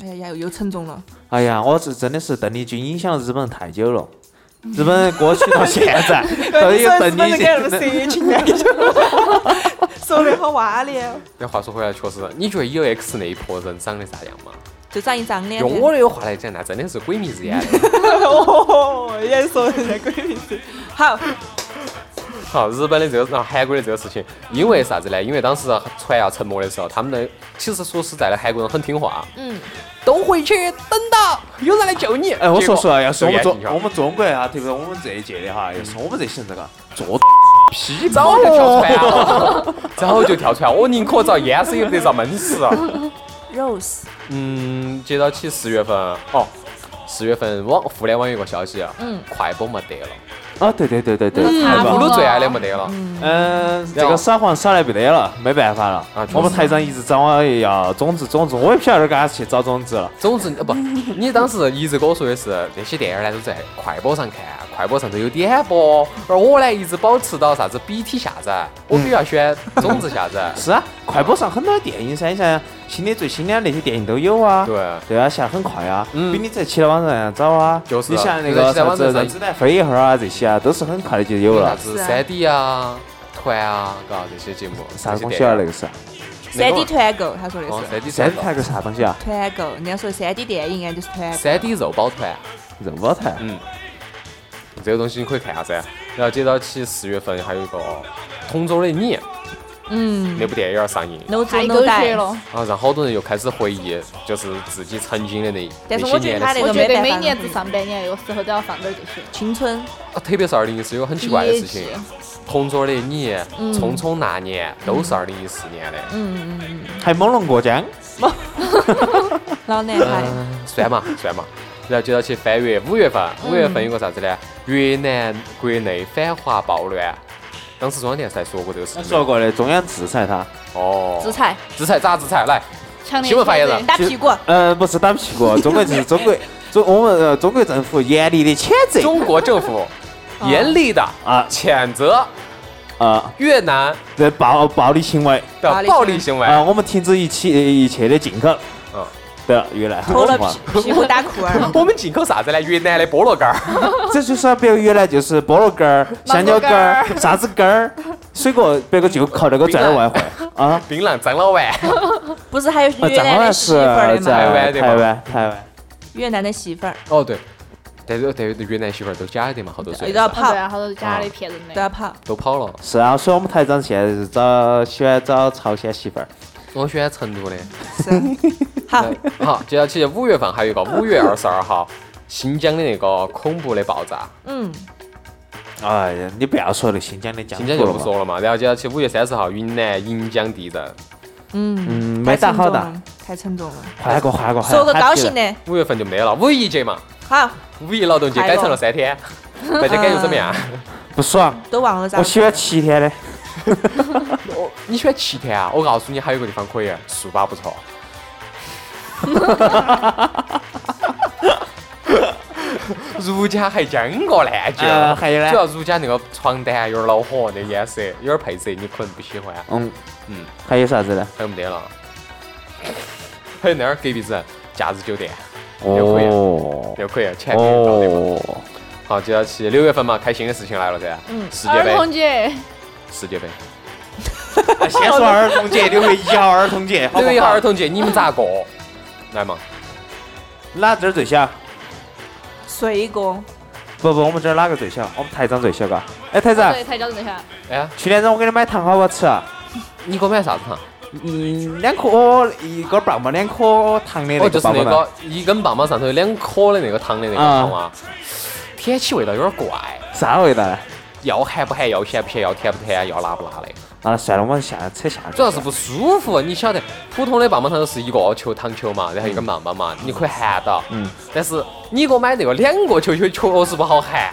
Speaker 5: 哎呀呀，又沉重了。
Speaker 3: 嗯哎呀，我是真的是邓丽君影响了日本人太久了。日本歌曲到现在 都有邓丽君，
Speaker 5: 色情的，说的好哇的，
Speaker 4: 那话说回来，确实，你觉得 EOX 那一波人长得啥样嘛？
Speaker 5: 就长一张脸。
Speaker 4: 用我的话来讲，那真的是鬼迷日眼的。
Speaker 5: 哦，也说人家鬼名字。好，
Speaker 4: 好，日本的这个，然后韩国的这个事情，因为啥子呢？因为当时船要沉没的时候，他们的其实说实在的，韩国人很听话，啊
Speaker 6: 都回去等到有人来救你。
Speaker 3: 哎，我说实话，要是我们
Speaker 4: 这个
Speaker 3: 中
Speaker 4: 眼睛
Speaker 3: 我们中国啊，特别是我们这一届的哈，要是我们这些人这个做屁
Speaker 4: 早就跳船了， 早就跳船，我宁可遭淹死也不得遭闷死啊！
Speaker 5: Rose，
Speaker 4: 嗯，接到起四月份哦，四月份网互联网有个消息，嗯，快播没得了，
Speaker 3: 啊，对对对对对，
Speaker 4: 啊
Speaker 3: 对吧
Speaker 4: 咕噜最爱的没得了，
Speaker 3: 嗯，这个撒谎撒来不得了，没办法了
Speaker 4: 啊。确
Speaker 3: 我们
Speaker 4: 实
Speaker 3: 台长一直找我要种子种子，我也不晓得干啥去找种子了。
Speaker 4: 总之呃不，你当时一直跟我说的是那些电影呢都在快播上看，快播上都有点播，而我呢一直保持到啥子 BT 下载，我比较喜欢种子下载。
Speaker 3: 是啊，快播上很多电影噻，像新的最新的那些电影都有啊。
Speaker 4: 对
Speaker 3: 对啊，下很快啊，
Speaker 4: 嗯
Speaker 3: 比你在其他网站上找啊。
Speaker 4: 就是
Speaker 3: 你
Speaker 4: 啊
Speaker 3: 像那
Speaker 4: 就在
Speaker 3: 个
Speaker 4: 其他
Speaker 3: 啥
Speaker 4: 网站上
Speaker 3: 子
Speaker 4: 嗯
Speaker 3: 让子弹飞一会儿啊，这些啊，都是很快的就有
Speaker 4: 有啥
Speaker 3: 了。
Speaker 4: 子
Speaker 5: 是啊
Speaker 4: 三 D 啊、团啊，嘎这些节目。
Speaker 3: 啥东西啊？那个是？
Speaker 5: 三 D 团购，他说的
Speaker 4: 哦，
Speaker 5: 是
Speaker 4: 三 D
Speaker 3: 三
Speaker 4: 团
Speaker 3: D 台个啥东西啊？
Speaker 5: 团购，人家说三 D 电影啊就是团购。
Speaker 4: 三 D 肉包团，
Speaker 3: 肉包啊台。
Speaker 4: 嗯，这个东西你可以看下噻。然后接到起四月份还有一个《同桌的你》
Speaker 5: 嗯
Speaker 4: 那部电影要上映，
Speaker 5: ，no
Speaker 6: 太
Speaker 5: do
Speaker 6: 狗
Speaker 5: no
Speaker 6: 血
Speaker 5: die。
Speaker 6: 了！
Speaker 4: 啊，让好多人又开始回忆，就是自己曾经的那
Speaker 5: 但是
Speaker 4: 那
Speaker 5: 我
Speaker 4: 些
Speaker 5: 觉得
Speaker 4: 年
Speaker 5: 他
Speaker 4: 的
Speaker 5: 那
Speaker 4: 事
Speaker 5: 个
Speaker 6: 我
Speaker 4: 情。
Speaker 6: 觉
Speaker 5: 没
Speaker 6: 得
Speaker 5: 办法
Speaker 6: 每年
Speaker 5: 弄
Speaker 6: 至上半年有时候都要放点儿这些。
Speaker 5: 青春，
Speaker 4: 啊特别是二零一四有个很奇怪的事情
Speaker 6: 毕业，
Speaker 4: 同桌的你、
Speaker 5: 嗯
Speaker 4: 匆匆那年都是二零一四年的，嗯
Speaker 3: 还猛龙过江，
Speaker 5: 老男孩，
Speaker 4: 算嘛算嘛。然后接到起翻阅五月份，
Speaker 5: 嗯
Speaker 4: 五月份有个啥子呢？越南国内反华暴乱，当时中央电视台说过这个事情。
Speaker 3: 说过的中央制裁他。
Speaker 4: 哦，
Speaker 5: 制裁，
Speaker 4: 制裁咋制裁？来，
Speaker 6: 强烈
Speaker 4: 新闻发言啊人
Speaker 6: 谴责
Speaker 5: 打屁股，
Speaker 3: 呃，不是打屁股，中国就是中国，中我们呃中国政府严厉的谴责
Speaker 4: 中国政府严厉的
Speaker 3: 啊
Speaker 4: 谴责
Speaker 3: 啊
Speaker 4: 越南
Speaker 3: 这暴暴力行为
Speaker 4: 的暴力行为。
Speaker 3: 啊，我们停止一切一切的进口。
Speaker 4: 嗯
Speaker 3: 对了，越南
Speaker 5: 脱
Speaker 3: 好
Speaker 5: 了
Speaker 3: 嘛，
Speaker 5: 屁屁股打裤儿，
Speaker 4: 我们进口啥子呢？越南的菠萝干儿，
Speaker 3: 这就是啊别个越南就是菠萝干儿、香蕉干儿、啥子干儿、水果，别个就靠那个赚点外汇啊。
Speaker 4: 槟榔、樟老丸。
Speaker 5: 不是还有
Speaker 3: 啊，
Speaker 5: 越
Speaker 3: 张
Speaker 5: 南
Speaker 3: 老
Speaker 5: 的
Speaker 3: 师
Speaker 5: 媳妇儿的
Speaker 4: 台
Speaker 5: 吗？
Speaker 4: 湾
Speaker 3: 在
Speaker 4: 的嘛
Speaker 3: 台湾，台湾，
Speaker 5: 越南的媳妇儿
Speaker 4: 哦，对，但是但是越南媳妇儿都假的嘛，好多
Speaker 5: 都
Speaker 4: 岁
Speaker 5: 要
Speaker 4: 数
Speaker 5: 跑
Speaker 6: 对，啊，好多假的骗人
Speaker 5: 都要
Speaker 6: 的。
Speaker 5: 跑，
Speaker 4: 都跑了。
Speaker 3: 是啊，所以我们台长现在是找喜欢找朝鲜媳妇儿。
Speaker 4: 我喜欢成都 的。
Speaker 5: 是， 好，
Speaker 4: 好，接下去五月份还有一个五月二十二号，新疆的那个恐怖的爆炸，
Speaker 5: 嗯，
Speaker 3: 哎呀，你不要说那新疆的江
Speaker 4: 新
Speaker 3: 湖
Speaker 4: 疆就
Speaker 3: 了
Speaker 4: 不
Speaker 3: 嘛，
Speaker 4: 说了嘛。然后接下去五月三十号，云南盈江地震。
Speaker 3: 嗯，没打好打，，
Speaker 5: 太沉重了。
Speaker 3: 换个换个，
Speaker 5: 说个高兴。的，
Speaker 4: 五月份就没得了，五一节嘛，
Speaker 5: 好，
Speaker 4: 五一劳动节改成了三天，大家感觉怎么样？
Speaker 3: 不爽，
Speaker 5: 都忘了咋
Speaker 3: 我。喜欢七天的，
Speaker 4: 哦你喜欢七天啊？我告诉你，还有一个地方可以，速八不 错。如家还将过烂酒，
Speaker 3: 呃还有呢
Speaker 4: 主要如家那个床单有点恼火，那颜色有点配色，你可能不喜欢。
Speaker 3: 嗯
Speaker 4: 嗯，
Speaker 3: 还有啥子呢？
Speaker 4: 还有没得了？还有那儿隔壁子假日酒店又可以
Speaker 3: 哦
Speaker 4: 又可以，前面搞的嘛。
Speaker 3: 哦，
Speaker 4: 好，接到起六月份嘛，开心的事情来了噻，
Speaker 3: 嗯
Speaker 4: 世界
Speaker 6: 儿
Speaker 4: 杯，
Speaker 6: 童节，
Speaker 4: 世界杯，
Speaker 3: 先说儿童节，六月一号儿童节，哦好不
Speaker 4: 六月一号
Speaker 3: 好
Speaker 4: 儿童节你们咋过？来嘛，
Speaker 3: 哪这儿最小？
Speaker 5: 睡过，
Speaker 3: 不不，我们这儿哪个最小？我们台长最小嘎。哎，台
Speaker 4: 啊
Speaker 3: 长，
Speaker 6: 对，太矫正一下。
Speaker 4: 哎呀，
Speaker 3: 去年子我给你买糖好不好吃啊？
Speaker 4: 你给我买啥子糖？
Speaker 3: 嗯，两颗一个棒棒，两颗糖的
Speaker 4: 哦，
Speaker 3: 那
Speaker 4: 就
Speaker 3: 个
Speaker 4: 是
Speaker 3: 棒
Speaker 4: 那
Speaker 3: 棒
Speaker 4: 个
Speaker 3: 糖。
Speaker 4: 一根棒棒上头有两颗的那个糖的那个
Speaker 3: 啊
Speaker 4: 糖啊，天气味道有点怪，
Speaker 3: 啥味道呢？
Speaker 4: 要寒不寒，要咸不咸，要甜不甜，要辣不辣的，
Speaker 3: 啊，算了，我们下扯下去。
Speaker 4: 主要是不舒服。你晓得，普通的棒棒糖都是一个球糖球嘛，然后一根棒棒嘛，你可以含到。
Speaker 3: 嗯
Speaker 4: 但是你给我买那个两个球球，确实不好 含，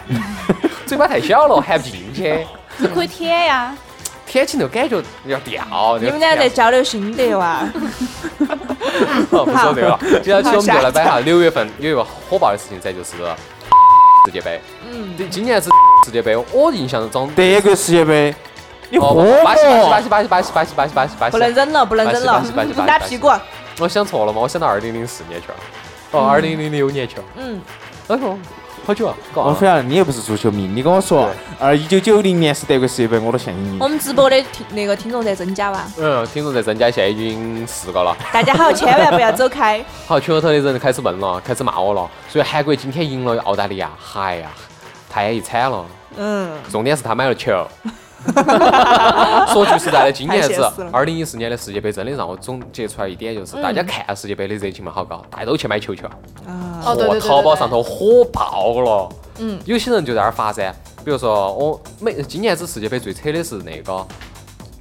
Speaker 4: 嘴巴太小了，含不进去。
Speaker 6: 你可以舔呀，
Speaker 4: 天气那个感觉要掉。那个
Speaker 5: 你们俩
Speaker 4: 甜
Speaker 5: 在交流心得 哇？
Speaker 4: 哦不说这个了，接下去我们就来摆哈，六月份有一个嗯火爆的事情噻，就是世界杯。嗯，今年是世界杯，我印象中
Speaker 3: 德国世界杯，你
Speaker 4: 哦
Speaker 3: 喝不？
Speaker 4: 巴西巴西巴西巴西巴西巴西巴西巴西巴
Speaker 5: 不能
Speaker 4: 西，
Speaker 5: 忍了，不能忍了
Speaker 4: 巴西巴西巴西巴，西
Speaker 5: 打屁股。啊
Speaker 4: 我想错了吗？我想到二零零四年去了，哦，二零零六年去了。
Speaker 5: 嗯，
Speaker 4: 哎呦，好久啊！搞
Speaker 3: 我
Speaker 4: 啊
Speaker 3: 不晓得你也不是足球迷，你跟我说，二一九九零年是德国世界杯，我都相信你
Speaker 4: 哦
Speaker 5: 我。们直播的听那个听众在增加哇，
Speaker 4: 嗯，听众在增加，现在已经四个了。
Speaker 5: 大家好，千万不要 走开。
Speaker 4: 好，群里头的人开始问了，开始骂我了。所以韩国今天赢了澳大利亚，嗨呀，太一惨了。
Speaker 5: 嗯，
Speaker 4: 重点是他买了球，说句实在的，今年
Speaker 5: 太
Speaker 4: 子
Speaker 5: 现实了
Speaker 4: 二零一四年的世界杯真的让我总结出来一点，就是大家看世界杯的热情嘛好高，大家都去买球球，
Speaker 6: 嗯哦，对
Speaker 4: 和
Speaker 6: 对对，
Speaker 4: 淘宝
Speaker 6: 对
Speaker 4: 上。头火爆了。
Speaker 6: 嗯，
Speaker 4: 有些人就在那儿发噻，比如说我每今年子世界杯最扯的是那个，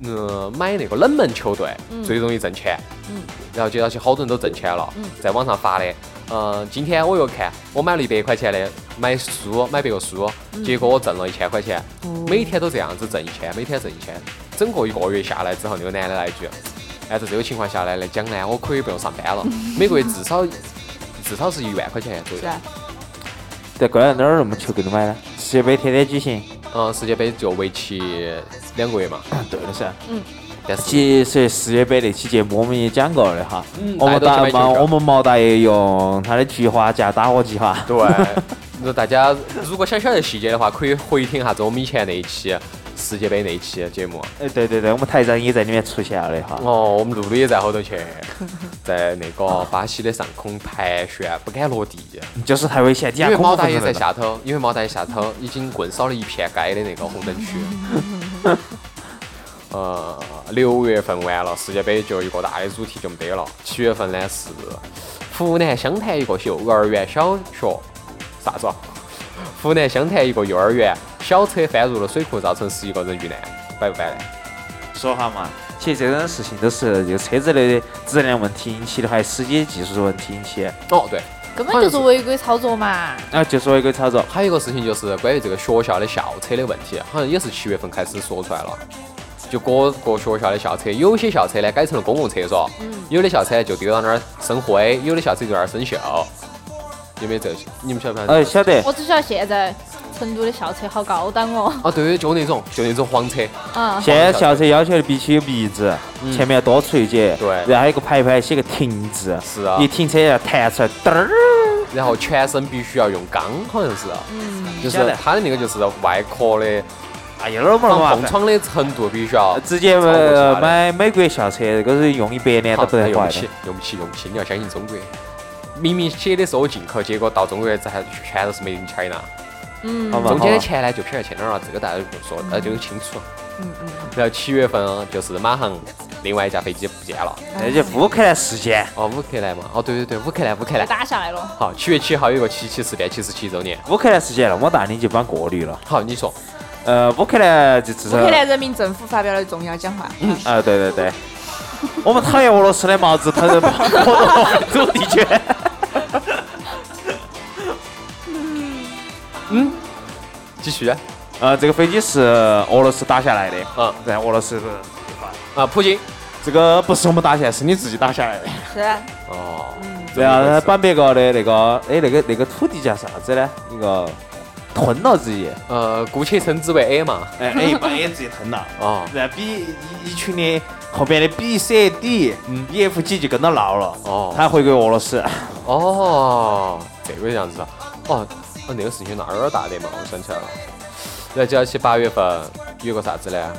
Speaker 4: 嗯，买那个冷门球队最容易挣钱。
Speaker 6: 嗯，
Speaker 4: 然后接到起好多人都挣钱了，在网上发的。嗯，今天我又看，我买了一百块钱的买书，买别个书，结果我挣了一千块钱，每天都这样子挣一千，每天挣一千，整个一个月下来之后，那个男的来一句，按照这个情况下来来讲呢，我可以不用上班了，每个月至少至少是一万块钱左右
Speaker 5: 是。啊吧？
Speaker 3: 在关键哪儿那么球给你买呢？世界杯天天举行，
Speaker 4: 嗯，世界杯就为期两个月嘛，
Speaker 3: 啊对的噻。
Speaker 4: 但是
Speaker 3: 其实世界杯那期节目我们也讲过的哈，
Speaker 4: 嗯
Speaker 3: 我们
Speaker 4: 大家
Speaker 3: 大
Speaker 4: 都去买
Speaker 3: 毛
Speaker 4: 球票
Speaker 3: 我们毛大爷用他的菊花架打火机哈，
Speaker 4: 对， 那大家如果想晓得细节的话，可以回听下子我们以前那一期世界杯那一期的节目。
Speaker 3: 哎对对对，我们台长也在里面出现了的哈。
Speaker 4: 哦，我们露露也在后头去，在那个巴西的上空盘旋，不敢落地，
Speaker 3: 就是太危险，底
Speaker 4: 因
Speaker 3: 下
Speaker 4: 为
Speaker 3: 恐怖
Speaker 4: 毛大
Speaker 3: 分
Speaker 4: 爷
Speaker 3: 子
Speaker 4: 在
Speaker 3: 来了。
Speaker 4: 下头，因为毛大爷下头已经棍扫了一片街的那个红灯区。呃，六月份完了，世界杯就一个大的主题就没得了。七月份呢是呃湖南湘潭一个幼儿园小学，啥子啊？湖南湘潭一个幼儿园小车翻入了水库，造成十一个人遇难，摆不摆呢？
Speaker 3: 说哈嘛，其实这种事情都是这个车子的质量问题引起的，还有司机技术问题引起的。
Speaker 4: 哦，对，
Speaker 6: 根本就是违规操作嘛！
Speaker 3: 啊，就说一个操作，
Speaker 4: 还有一个事情就是关于这个学校的校车的问题，好像也是七月份开始说出来了。就各个学校的校车，有些校车呢改成了公共厕所，
Speaker 3: 嗯
Speaker 4: 有的校车呢就丢到那儿生灰，有的校车就在那儿生锈。有没有这些？你们晓不晓得？
Speaker 3: 哎，晓得
Speaker 6: 我只晓得现在成都的校车好高档哦，
Speaker 4: 哦，对对，就那种，就那种黄车。
Speaker 6: 啊，
Speaker 3: 现在校车要求的必须有鼻子，前面要多出一截，
Speaker 4: 嗯对
Speaker 3: 然后还有一个牌牌写个停字，
Speaker 4: 是啊
Speaker 3: 一停车要弹出来，嘚儿，
Speaker 4: 然后全身必须要用钢，好像是，啊就是
Speaker 3: 嗯晓得
Speaker 4: 它的那个就是外壳的
Speaker 3: 哎呀，哪儿么
Speaker 4: 防
Speaker 3: 麻
Speaker 4: 碰
Speaker 3: 烦。
Speaker 4: 撞的程度必须要
Speaker 3: 直接
Speaker 4: 超过其他
Speaker 3: 呃
Speaker 4: 的
Speaker 3: 买美国校车，这个是用一百年都
Speaker 4: 好，
Speaker 3: 不
Speaker 4: 那
Speaker 3: 得
Speaker 4: 用
Speaker 3: 坏
Speaker 4: 不
Speaker 3: 的
Speaker 4: 起。，用不起，用不起，你要相信中国。明明写的是我进口，结果到中国这还全都是 made in China。
Speaker 3: 好啊嗯吧，
Speaker 4: 中间的
Speaker 3: 好吧
Speaker 4: 钱呢就不晓得去哪儿了，啊这个大家就不说，大家就清楚。
Speaker 3: 嗯
Speaker 4: 然后七月份啊就是马航另外一架飞机不见了，
Speaker 3: 那就乌克兰事件，
Speaker 4: 哦，乌克兰嘛，哦对对对，乌克兰乌克兰。
Speaker 6: 打下来了。
Speaker 4: 好，七月七号有个七七事变七十七周年。
Speaker 3: 乌克兰事件那么大，你就帮过滤了。
Speaker 4: 好，你说，
Speaker 3: 呃，乌克兰就至
Speaker 5: 乌
Speaker 3: 少，
Speaker 5: 克兰人民政府发表了重要讲话，
Speaker 3: 啊，对对 对，我们讨厌俄罗斯的帽子，讨 厌俄罗斯地区。
Speaker 4: 继续。啊
Speaker 3: 呃，这个飞机是俄罗斯打下来的，
Speaker 4: 嗯
Speaker 3: 在俄罗斯，
Speaker 4: 啊，普京。
Speaker 3: 这个不是我们打下来，是你自己打下来的。
Speaker 5: 是啊吧
Speaker 4: 哦。
Speaker 3: 嗯然后
Speaker 4: 把
Speaker 3: 把别个的那个，哎，那个那个土地叫啥子呢？那个吞了自己，
Speaker 4: 呃，姑且称之为 A 嘛。
Speaker 3: 哎哎，把 A 自己吞了。
Speaker 4: 哦。
Speaker 3: 然后 B 一一群的后边的 B、C、D、E、F、G 就跟他闹了，
Speaker 4: 哦
Speaker 3: 他回归俄罗斯，
Speaker 4: 哦，这个样子啊，哦，哦，那个事情闹有点大的嘛，我想起来了。然后接到起八月份有个啥子呢？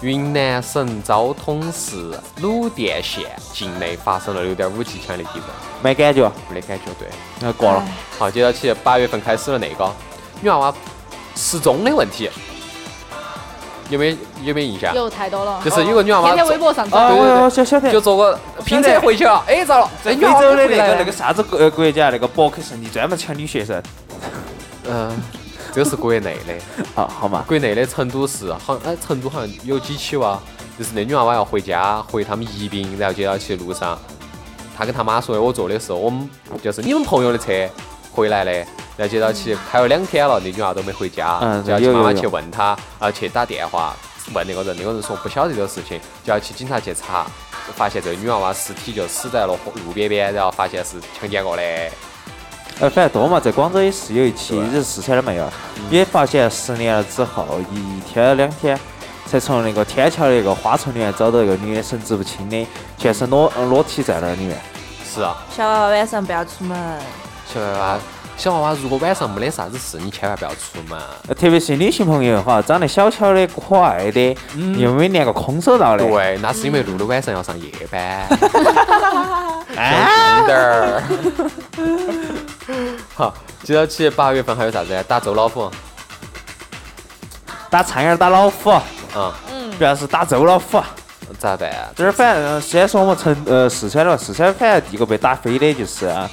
Speaker 4: 云南省昭通市鲁甸县境内发生了六点五级强烈地震，
Speaker 3: 没感觉，
Speaker 4: 没得感觉对。
Speaker 3: 然后过了。
Speaker 4: 好，接到起八月份开始了那个女娃娃失踪的问题，有没有有没有印象？
Speaker 6: 有太多了，
Speaker 4: 啊就是有个女娃娃
Speaker 6: 天天微博上
Speaker 7: 哎
Speaker 3: 啊，
Speaker 4: 对对
Speaker 3: 我
Speaker 4: 对
Speaker 3: 我晓晓得，
Speaker 4: 就坐个拼车回去了，哎，遭 了，这
Speaker 3: 非
Speaker 4: 女娃娃
Speaker 3: 洲的
Speaker 4: 回
Speaker 3: 那
Speaker 4: 来
Speaker 3: 个
Speaker 4: 了
Speaker 3: 那个啥子国呃国家，那个伯克圣地专门抢女学生。
Speaker 4: 嗯，这是国内的。
Speaker 3: 好好嘛，
Speaker 4: 国内的成都市，好像哎，成都好像有几起哇，就是那女娃娃要回家，回他们宜宾，然后接到起路上，她跟她妈说的，我坐的是我们就是你们朋友的车回来的，然后接到起开了两天了，那女娃娃都没回家，
Speaker 3: 嗯
Speaker 4: 就要去
Speaker 3: 有有
Speaker 4: 妈妈
Speaker 3: 有
Speaker 4: 去问她，啊去打电话问那个人，那个人说不晓得这个事情，就要去警察去查，发现这个女娃娃尸体就死在了路边边，然后发现是强奸过的，
Speaker 3: 呃，反正多嘛，在广州也是有一起，也是四川的妹儿，啊也发现十年了之后，一天两天。才从那个天桥的一个花丛里面找到一个女的，神志不清的，全身裸呃裸体在那儿里面。
Speaker 4: 是啊，
Speaker 5: 小娃娃晚上不要出门，
Speaker 4: 小娃娃。小娃娃如果晚上没得啥子事，你千万不要出门。
Speaker 3: 呃特别是女性朋友哈，长得小巧的、可爱的，又没连个空手道的，
Speaker 4: 对，那是因为露露晚上要上夜 班，小
Speaker 3: 哎，
Speaker 4: 心点儿。 好，接到起八月份还有啥子？打周老虎，
Speaker 3: 打苍蝇儿打老虎，
Speaker 4: 啊，
Speaker 3: 主要是打周老虎啊。
Speaker 4: 咋办啊？
Speaker 3: 这儿反正虽然说我们成呃四川了，四川反正第一个被打飞的就是啊，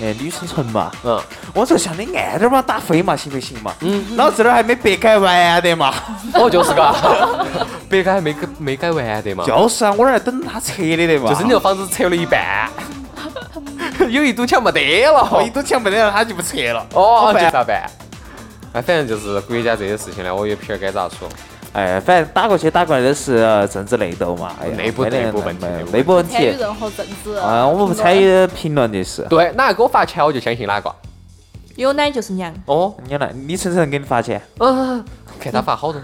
Speaker 3: 哎女生城嘛。
Speaker 4: 嗯，
Speaker 3: 我说像你暗点儿把我打飞嘛，行不行嘛？嗯，啊老子这儿还没白改完的嘛。
Speaker 4: 我哦就是 个，别个还没改没改完的嘛，
Speaker 3: 就是啊，我那儿等他拆的的嘛。
Speaker 4: 就是你这房子拆了一半， 有一堵墙没得了
Speaker 3: 我一，堵墙没得了，他就不拆了。
Speaker 4: 哦，
Speaker 3: 好
Speaker 4: 这
Speaker 3: 烦
Speaker 4: 咋办？哎，反正就是国家这些事情呢，我也不晓得该咋说。
Speaker 3: 哎，反正打过去打过来都是呃政治内斗嘛，哎呀，
Speaker 4: 内部
Speaker 3: 没得
Speaker 4: 内部
Speaker 3: 人
Speaker 4: 问题
Speaker 3: 弄
Speaker 4: 内部
Speaker 3: 内部问
Speaker 7: 参与
Speaker 3: 题。
Speaker 7: 任何政治
Speaker 3: 啊，我们不参
Speaker 7: 评论。
Speaker 3: 与评论这事。
Speaker 4: 对，哪个给我发钱，我就相信哪个。
Speaker 5: 有奶就是娘，
Speaker 4: 哦，
Speaker 3: 你来，李晨晨给你发钱。
Speaker 4: 嗯，看他发好多。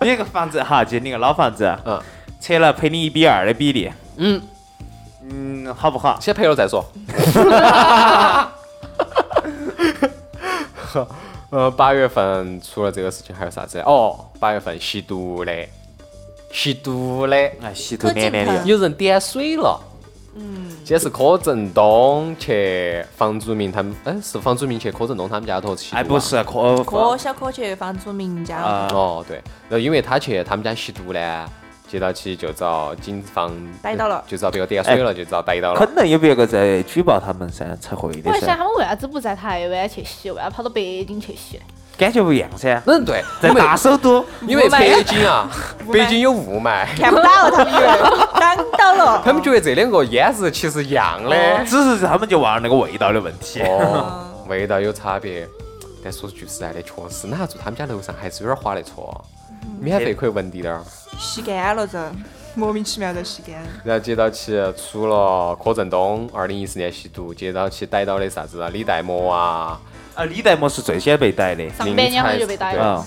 Speaker 3: 你那个房子哈，就你那个老房子，啊
Speaker 4: 嗯，
Speaker 3: 拆了赔你一比二的比例，
Speaker 4: 嗯，
Speaker 3: 嗯，好不好？
Speaker 4: 先赔了再说。 呃，八月份除了这个事情还有啥子？哦，八月份吸毒的，吸毒的，
Speaker 3: 哎，吸毒连连
Speaker 7: 柯
Speaker 3: 的
Speaker 7: 敬，
Speaker 4: 有人点水了。嗯，先是柯震东去房祖名他们，哎，是房祖名去柯震东他们家头吸毒啊吧
Speaker 3: 哎，不。是可
Speaker 5: 柯小柯去房祖名家，
Speaker 3: 啊，
Speaker 4: 哦，对，然后因为他去他们家吸毒呢，接到起就遭警方
Speaker 5: 逮到了
Speaker 4: 就遭别个点水
Speaker 3: 哎
Speaker 4: 了，就遭逮到了
Speaker 3: 可。能有别个在举报他们噻，才会的
Speaker 7: 我在想
Speaker 3: 噻，
Speaker 7: 他们为啥子不在台湾去洗，为啥跑到北京去洗？
Speaker 3: 感觉不一样噻，
Speaker 4: 嗯，对，
Speaker 3: 在
Speaker 4: 因为
Speaker 3: 大首都，
Speaker 4: 因为
Speaker 5: 雾霾
Speaker 4: 北京 啊，北京有雾霾，
Speaker 5: 看不到他们以为挡到了。
Speaker 4: 他们觉得这两个烟是其实一样
Speaker 5: 哦
Speaker 4: 的，
Speaker 3: 只是他们就忘了那个味道的问题。
Speaker 4: 哦，味道有差别。但说句实在的，确实哪怕住他们家楼上还是有点划得错，
Speaker 5: 嗯
Speaker 4: 免费可以闻滴点儿。
Speaker 5: 吸干了这，莫名其妙的吸干。
Speaker 4: 然后接到起除了柯震东，二零一四年吸毒，接到起逮到的啥子啊李代沫啊，
Speaker 3: 啊，李代沫是最先被逮的，
Speaker 7: 上半年好像就被逮
Speaker 4: 对
Speaker 7: 了。
Speaker 3: 啊，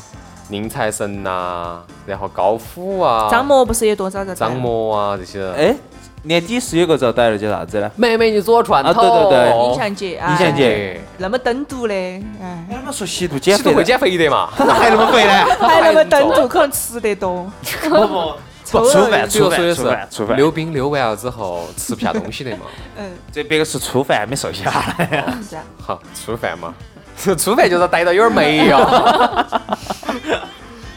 Speaker 4: 宁财神呐，然后高虎啊，
Speaker 5: 张默不是也多少在？
Speaker 4: 张，默啊这些人。
Speaker 3: 哎，年底是有个遭逮了，叫啥子呢？
Speaker 4: 妹妹你左传
Speaker 3: 啊
Speaker 4: 头，
Speaker 3: 对对对
Speaker 5: 尹相杰，
Speaker 3: 尹相杰
Speaker 4: 对，
Speaker 5: 那么登毒的，哎，
Speaker 3: 哎，他们说吸毒减
Speaker 4: 吸毒
Speaker 3: 肥
Speaker 4: 会
Speaker 3: 了，
Speaker 4: 减肥的 嘛？
Speaker 3: 那还那么肥呢？
Speaker 5: 还那么登毒，可能吃得多。
Speaker 3: 不不，
Speaker 5: 丑
Speaker 3: 初犯
Speaker 4: 最后说
Speaker 3: 初犯
Speaker 4: 的
Speaker 3: 初犯初
Speaker 4: 是
Speaker 3: 犯，
Speaker 4: 溜冰溜完了之后吃不下东西的 嘛？
Speaker 5: 嗯，
Speaker 3: 这别个是初犯，没瘦下来。
Speaker 5: 是啊。
Speaker 4: 好，吃饭嘛， 吃饭就是逮到有点霉呀。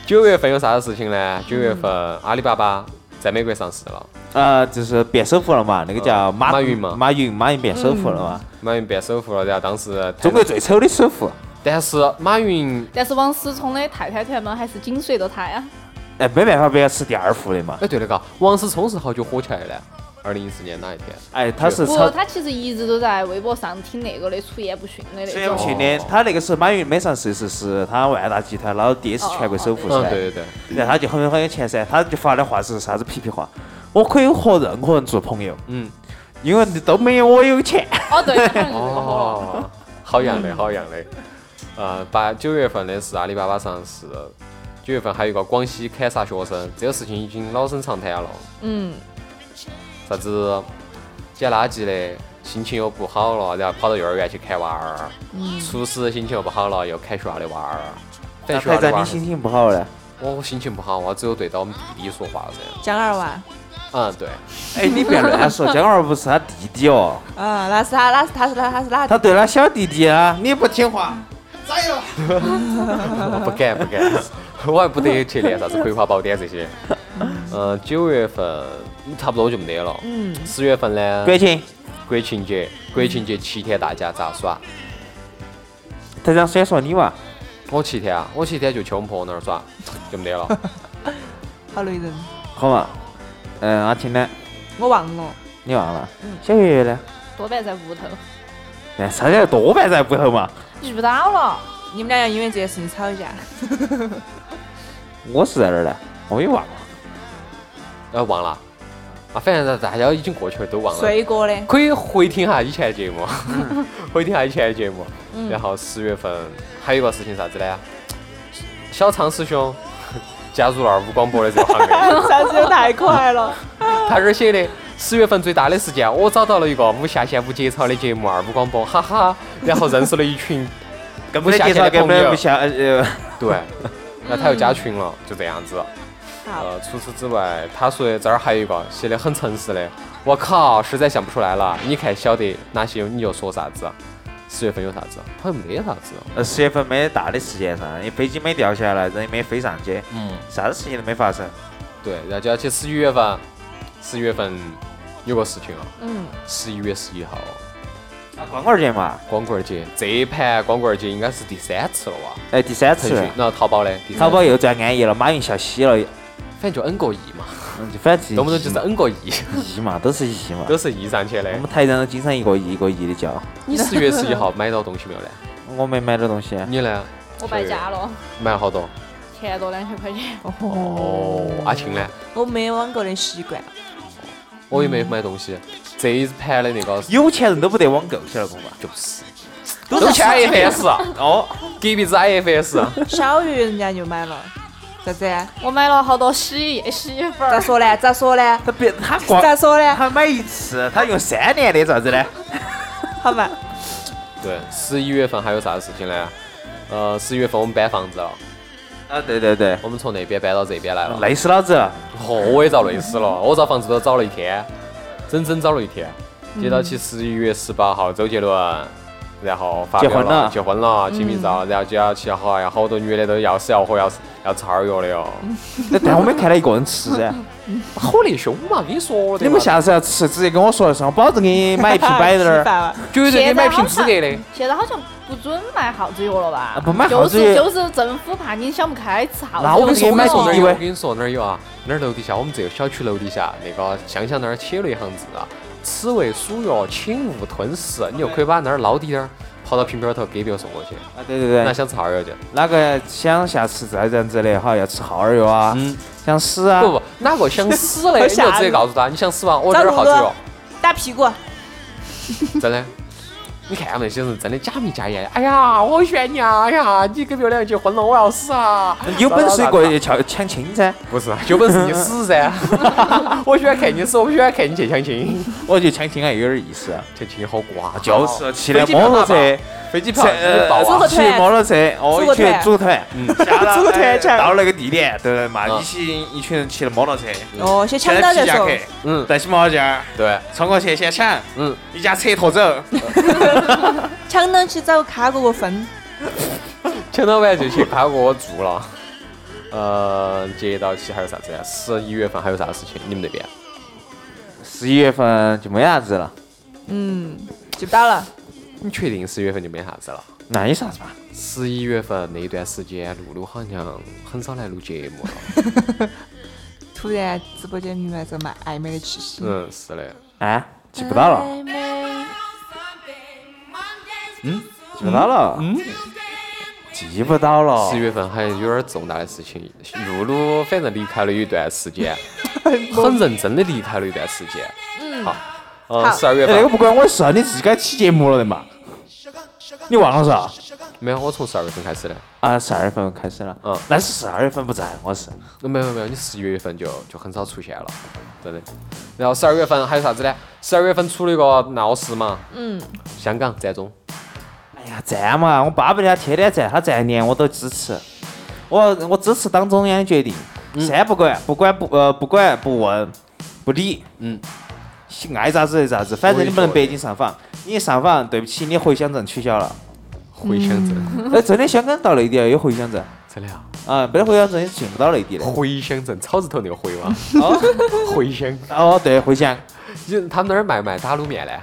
Speaker 4: 九月份有啥子事情呢？九月份
Speaker 3: 嗯
Speaker 4: 阿里巴巴在美国上市了，
Speaker 3: 呃，就是变首富了嘛，那个叫马
Speaker 4: 马云嘛
Speaker 3: 马云马云变首富了嘛，
Speaker 4: 马云变首富了，然后当时谈
Speaker 3: 中国最丑的首富。
Speaker 4: 但是马云，
Speaker 7: 但是王思聪的太太团们还是紧随着他
Speaker 6: 啊
Speaker 7: 呀。
Speaker 3: 哎，没办法，别个吃第二富的嘛。
Speaker 4: 哎，对了，嘎，王思聪是好久火起来的呢？二零一四年哪一天？
Speaker 3: 哎，他是
Speaker 7: 不，
Speaker 3: 炒
Speaker 7: 他其实一直都在微博上挺那个的，出言不逊的
Speaker 3: 所
Speaker 7: 那
Speaker 3: 以我
Speaker 7: 种。
Speaker 3: 去年他那个时候马云没上市时是他万达集团老爹是
Speaker 7: 哦
Speaker 3: 全国首富
Speaker 4: 嗯，
Speaker 3: 噻，
Speaker 4: 对对对，
Speaker 3: 然后他就很很有钱噻，他就发的话是啥子屁屁话，我可以和任何人做朋友，
Speaker 4: 嗯，
Speaker 3: 因为都没有我有钱。
Speaker 7: 哦，对，他们就这个火了。
Speaker 4: 哦，好样的，好样的。呃，八九月份的是阿里巴巴上市，九月份还有一个广西砍杀学生，这个事情已经老生常谈了。
Speaker 5: 嗯，
Speaker 4: 啥子捡垃圾的，心情又不好了，然后跑到幼儿园去砍娃儿，厨师心情又不好了，又砍学校的娃儿。反正学
Speaker 3: 排
Speaker 4: 校的
Speaker 3: 长，
Speaker 4: 娃
Speaker 3: 你
Speaker 4: 儿，
Speaker 3: 心情不好了？
Speaker 4: 我心情不好，我只有对到我们弟弟说话噻。
Speaker 5: 江二娃
Speaker 4: 嗯，对，
Speaker 3: 哎，你不要乱说，江二不是他弟弟哦，
Speaker 5: 啊，那是他，那是他是他，他是哪？
Speaker 3: 他对他小弟弟啊，你不听话。
Speaker 4: 我 不敢不敢，我还不得去练啥子《葵花宝典》这些。嗯，九月份差不多就没得了。嗯，十月份呢？
Speaker 3: 国庆，
Speaker 4: 国庆节，国庆节七天大家咋耍？
Speaker 3: 台长先说你嘛，
Speaker 4: 我七天啊，我七天就去我们婆那儿耍，就没得了。
Speaker 5: 好雷人，
Speaker 3: 好嘛？嗯，阿青呢？
Speaker 5: 我忘了。
Speaker 3: 你忘了？小月月呢？
Speaker 7: 多半在屋头，
Speaker 3: 嗯哎，啥叫多半在屋头嘛？
Speaker 7: 遇不到了。
Speaker 5: 你们俩要因为这件事情吵架，
Speaker 3: 我是在哪儿呢？我也忘了。
Speaker 4: 呃，忘了。啊，反正大家已经过去了，都忘了。
Speaker 5: 水果的，
Speaker 4: 可以嗯回听下以前的节目， 回听下以前的节目。然后十月份还有一个事情啥子呢？小昌师兄 加入了二五广播的这个行列。
Speaker 5: 上次太快了。
Speaker 4: 他这儿写的十月份最大的事件，我找到了一个无下限、无节操的节目二五广播，哈哈，然后认识了一群，
Speaker 3: 根
Speaker 4: 本
Speaker 3: 介
Speaker 4: 介
Speaker 3: 绍
Speaker 4: 绍
Speaker 3: 根
Speaker 4: 根
Speaker 3: 本
Speaker 4: 本
Speaker 3: 不
Speaker 4: 不
Speaker 3: 像呃，
Speaker 4: 对，那他又加群了，就这样子。
Speaker 5: 好，
Speaker 4: 呃，除此之外，他说这儿还有一个写的很诚实的，我靠，实在想不出来了，你看晓得哪些你就说啥子。十月份有啥子？好像没啥子。
Speaker 3: 呃，十月份没大的事件上，你飞机没掉下来，人也没飞上去，
Speaker 4: 嗯，
Speaker 3: 啥子事情都没发生。
Speaker 4: 对，然后就要去十一月份，十一月份有个事情啊，
Speaker 5: 嗯，
Speaker 4: 十一月十一号
Speaker 3: 啊，光棍节嘛，
Speaker 4: 光棍儿节，这一盘光棍儿节应该是第三次了哇，
Speaker 3: 哎，第三
Speaker 4: 腾
Speaker 3: 次
Speaker 4: 讯，然后淘宝嘞，第三
Speaker 3: 淘宝又赚安逸了，马云笑嘻了，
Speaker 4: 反正就 N 个亿嘛，
Speaker 3: 嗯就嗯反正
Speaker 4: 动不动就是 N 个亿，
Speaker 3: 亿嘛，都是亿嘛。
Speaker 4: 都是亿上去的
Speaker 3: 我。们台上都经常一个亿一个亿的叫，
Speaker 4: 你十月十一号买到东西没有嘞？
Speaker 3: 我没买到东西，
Speaker 4: 你呢？
Speaker 7: 我败家了，
Speaker 4: 买了好多？
Speaker 7: 欠多两千块钱。
Speaker 4: 哦，阿庆呢？
Speaker 5: 我没网购的习惯，
Speaker 4: 我也没买东西，这一盘的那个
Speaker 3: 有钱人都不得网购去了，公嘛。
Speaker 4: 就是
Speaker 3: 都
Speaker 4: 都签 IFS，
Speaker 3: 哦，
Speaker 4: 隔壁子 IFS，
Speaker 5: 小鱼人家就买了，咋子？
Speaker 7: 我买了好多洗衣洗衣粉
Speaker 5: 咋
Speaker 7: 儿，
Speaker 5: 说呢？咋说呢？
Speaker 3: 他别他光
Speaker 5: 咋说呢？
Speaker 3: 他买一次，他用三年的咋子呢？
Speaker 5: 好嘛，
Speaker 4: 对，十一月份还有啥事情呢？呃，十一月份我们搬房子了，
Speaker 3: 啊，对对对，
Speaker 4: 我们从那边搬到这边来了。
Speaker 3: 累死老子了。
Speaker 4: 哦，我也遭累死了，我找房子都找了一天，整整找了一天。接到起十一月十八号周杰伦，然后发表
Speaker 3: 结婚了
Speaker 4: 结婚了，亲密照，然后接到起好呀，好多女的都要死要活要要吃二药的哟，
Speaker 3: 那但我没看到一个人吃 噻。
Speaker 4: 好那凶嘛，跟你说了的
Speaker 3: 你们
Speaker 4: 嘛
Speaker 3: 下次要吃，直接跟我说一声，我保证给你买一瓶摆
Speaker 5: 吃
Speaker 3: 点
Speaker 4: 啊
Speaker 3: 儿。
Speaker 5: 饭了
Speaker 4: 绝对给你买瓶资格
Speaker 7: 现在
Speaker 4: 的
Speaker 7: 好。现在好像不准卖耗子药了吧
Speaker 3: 啊？不卖耗
Speaker 7: 就
Speaker 3: 子
Speaker 7: 是
Speaker 3: 药
Speaker 7: 就是政府怕你想不开吃耗子
Speaker 3: 那
Speaker 7: 药。
Speaker 3: 我跟你说
Speaker 4: 我跟你说哪
Speaker 3: 买第
Speaker 4: 儿
Speaker 3: 一
Speaker 4: 有？
Speaker 3: 位
Speaker 4: 我跟你说哪儿有啊？哪儿楼底下？我们这个小区楼底下那个乡下那儿写了一行字啊：“此为鼠药，请勿吞食。”你就可以把那儿捞滴点儿，跑到瓶瓶儿头给别个送过去。
Speaker 3: 啊，对对
Speaker 4: 那
Speaker 3: 对，
Speaker 4: 想吃二药去？
Speaker 3: 哪个想下次再这样子的，哈，要吃耗儿药啊，想死啊
Speaker 4: 嗯不，不，哪个想死的，
Speaker 5: 好
Speaker 4: 你就
Speaker 5: 吓
Speaker 4: 直接
Speaker 5: 人
Speaker 4: 告诉他，你想死吧，我这儿好子
Speaker 5: 张
Speaker 4: 药
Speaker 5: 璐，打屁股，
Speaker 4: 真的。你看他们那些人真的假迷假眼，哎呀，我好悬你啊！哎呀，你跟别个两个结婚了，我要死啊！
Speaker 3: 有本事一
Speaker 4: 咋
Speaker 3: 个
Speaker 4: 咋咋
Speaker 3: 人抢抢亲噻。
Speaker 4: 不是，有本事你死噻！我喜欢看你死，我不喜欢看你去相亲，
Speaker 3: 我觉得抢亲还有点意思啊。
Speaker 4: 相亲好瓜，
Speaker 3: 就是骑的
Speaker 4: 飞机票
Speaker 3: 摩托
Speaker 4: 大
Speaker 3: 车，
Speaker 4: 飞机票
Speaker 3: 呃
Speaker 4: 你报
Speaker 5: 组合
Speaker 4: 啊！
Speaker 3: 骑摩托车，哦，
Speaker 5: 组个
Speaker 3: 一群
Speaker 5: 团
Speaker 3: 组个团，下了 哎
Speaker 5: 组个团去
Speaker 3: 到那个地点，对不对嘛？
Speaker 4: 嗯
Speaker 3: 一起一群人骑着摩托车，
Speaker 5: 哦，先抢到再
Speaker 3: 皮夹
Speaker 5: 说
Speaker 3: 克，，
Speaker 4: 嗯，
Speaker 3: 戴起毛巾，
Speaker 4: 对，
Speaker 3: 冲过去先抢，
Speaker 4: 嗯，
Speaker 3: 一家车拖 走，
Speaker 5: 抢到去找卡哥哥分，
Speaker 4: 前老板就去卡我住了。呃，接到起还有啥子呀？啊十一月份还有啥事情？你们那边？
Speaker 3: 十一月份就没啥子了，
Speaker 5: 就到了。
Speaker 4: 你确定十月份就没啥子了？
Speaker 3: 那有啥子嘛？
Speaker 4: 十一月份那一段时间，露露好像很少来录节目了。
Speaker 5: 突然直播间弥漫着蛮暧昧的气息。
Speaker 4: 嗯，是的。
Speaker 3: 啊，记不到了，
Speaker 5: 暧昧
Speaker 3: 记嗯不到了，嗯，记不到了
Speaker 4: 十。月份还有点儿重大的事情，露露反正离开了一段时间， 很认真的离开了一段时间。嗯，好，嗯，
Speaker 5: 好
Speaker 4: 十二月
Speaker 3: 哎那个
Speaker 4: 份
Speaker 3: 不关我事啊，你自己该起节目了的嘛？你忘了是吧？
Speaker 4: 没有，我从十二月份开始的。
Speaker 3: 啊，十二月份开始了，
Speaker 4: 嗯
Speaker 3: 但是十二月份不在，我是
Speaker 4: 那没有没有，你十一月份就就很少出现了，真的。然后十二月份还有啥子呢？十二月份出了一个闹事嘛，嗯，香港占中，
Speaker 3: 哎呀，赞嘛！我巴不得他天天赞，他赞一年我都支持。我我支持党中央的决定，三不管，不管不呃不管不问不理，
Speaker 4: 嗯，
Speaker 3: 爱咋子就咋子，反正你不
Speaker 4: 我
Speaker 3: 能
Speaker 4: 也
Speaker 3: 北
Speaker 4: 说
Speaker 3: 京上访，你一上访，对不起，你回乡证取消了。
Speaker 4: 回乡证，
Speaker 5: 嗯
Speaker 3: 哎，真的香港到内地了有回乡证
Speaker 4: 真的啊，
Speaker 3: 啊，没得回乡证你进不到内地的。
Speaker 4: 回乡证，草字头那个回嘛，
Speaker 3: 哦
Speaker 5: 嗯
Speaker 4: 回乡。
Speaker 3: 哦，对，回乡，
Speaker 4: 就他们那儿卖卖打卤面嘞，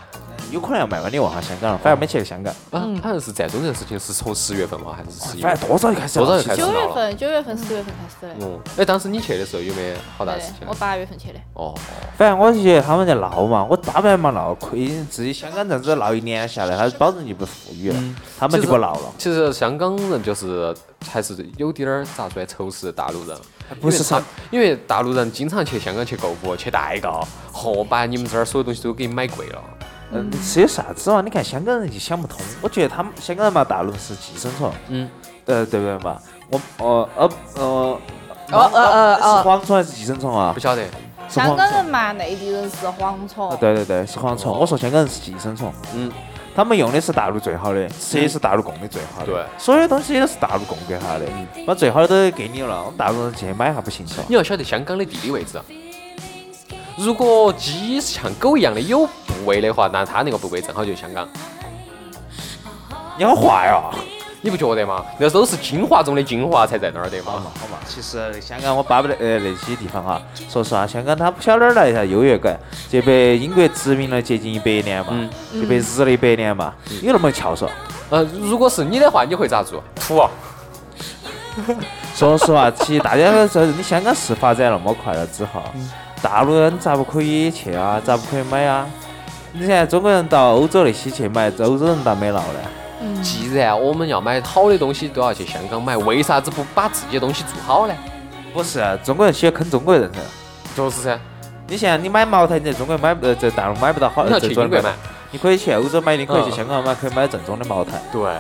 Speaker 3: 有可能要慢慢的问下香港了，反正没去过香港，
Speaker 4: 啊，
Speaker 7: 嗯
Speaker 4: 好像是占中这个事情是从十月份嘛，还是十一月
Speaker 3: 反
Speaker 4: 份？
Speaker 3: 正多少就开始
Speaker 4: 多少就开始
Speaker 7: 九
Speaker 4: 知
Speaker 7: 月
Speaker 4: 道了
Speaker 7: 份、九月份、十月份开始的。
Speaker 4: 嗯，哎，当时你去的时候有没有好大
Speaker 7: 对
Speaker 4: 的事情
Speaker 7: 我？八月份去的。
Speaker 4: 哦，
Speaker 3: 反正我就觉得他们在闹嘛，我巴不得嘛闹，亏自己香港这样子闹一年下来，他保证就不富裕了，他们就不闹了。
Speaker 4: 嗯其实香港人就是还是有点儿咋说呢，仇视大陆人。
Speaker 3: 不是
Speaker 4: 因为他，因为大陆人经常去香港去购物、去代购，嚯，把你们这儿所有东西都给你买贵了。
Speaker 3: 嗯，是有啥子嘛？你看香港人就想不通，我觉得他们香港人嘛，大陆是寄生虫，
Speaker 4: 嗯，
Speaker 3: 呃，对不对嘛？我呃呃呃，
Speaker 5: 哦呃呃
Speaker 3: 是
Speaker 5: 哦，
Speaker 3: 蝗虫还是寄生虫啊
Speaker 4: 不？晓得，
Speaker 3: 是蝗
Speaker 7: 香港人
Speaker 3: 虫。
Speaker 7: 嘛，内地人是蝗
Speaker 3: 啊
Speaker 7: 虫。
Speaker 3: 对对对，是蝗虫。我说香港人是寄生虫，
Speaker 4: 哦嗯，
Speaker 3: 他们用的是大陆最好的，吃的是大陆供的最好的，
Speaker 4: 对嗯
Speaker 3: 所有东西都是大陆供给他的，把最好的都给你了，我们大陆人去买还不行嗦？
Speaker 4: 你要晓得香港的地理位置。如果鸡像狗一样的有部位的话，那它那个部位正好就是香港。
Speaker 3: 你好坏呀、
Speaker 4: 你不觉得吗？那都是精华中的精华才在那儿的嘛。
Speaker 3: 好嘛，其实香港我巴不得呃那些地方哈，说实话，香港它不晓得哪儿来一下优越感，这被英国殖民了接近一百年嘛，就被日了一百年嘛，有那么翘嗦？
Speaker 4: 嗯，如果是你的话，你会咋做？土啊！
Speaker 3: 说实话，其实大家都说你香港是发展那么快了之后，
Speaker 4: 嗯
Speaker 3: 大陆人咋不可以去啊？咋不可以买啊？你现在中国人到欧洲那些去买，欧洲人咋没闹呢？
Speaker 4: 既然我们要买好的东西都要去香港买，为啥子不把自己的东西做好呢？
Speaker 3: 不是，
Speaker 4: 啊
Speaker 3: 中国人喜欢坑中国人噻。
Speaker 4: 就是噻，
Speaker 3: 你现在你买茅台，你在中国买不呃在大陆买不到好，
Speaker 4: 你要
Speaker 3: 正
Speaker 4: 去
Speaker 3: 宗
Speaker 4: 英
Speaker 3: 的
Speaker 4: 国买
Speaker 3: 茅台。。你可以去欧洲买，你可以去
Speaker 4: 嗯
Speaker 3: 香港买，可以买正宗的茅台。
Speaker 4: 对，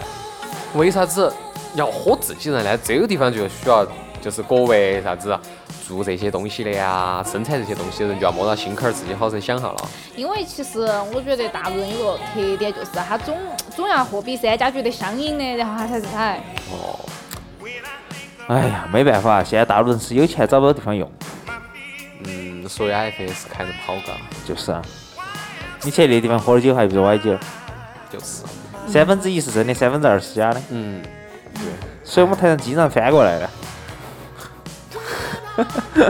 Speaker 4: 为啥子要喝自己人呢？这个地方就需要就是各位啥子啊做这些东西的呀，生产这些东西的人就要摸到心坎儿，自己好生想下了。
Speaker 7: 因为其实我觉得大陆人有个特点，就是他总总要货比三家，觉得相应的，然后他才是哎，
Speaker 4: 哦，
Speaker 3: 哎呀，没办法，现在大陆人是有钱找不到地方用，
Speaker 4: 嗯，所以 IFS 开那么好嘎，
Speaker 3: 就是啊。你去那地方喝的酒还不是歪酒，
Speaker 4: 就是，
Speaker 3: 三分之一是真的，三分之二是假的，
Speaker 4: 嗯，
Speaker 3: 所以我们台上经常翻过来了。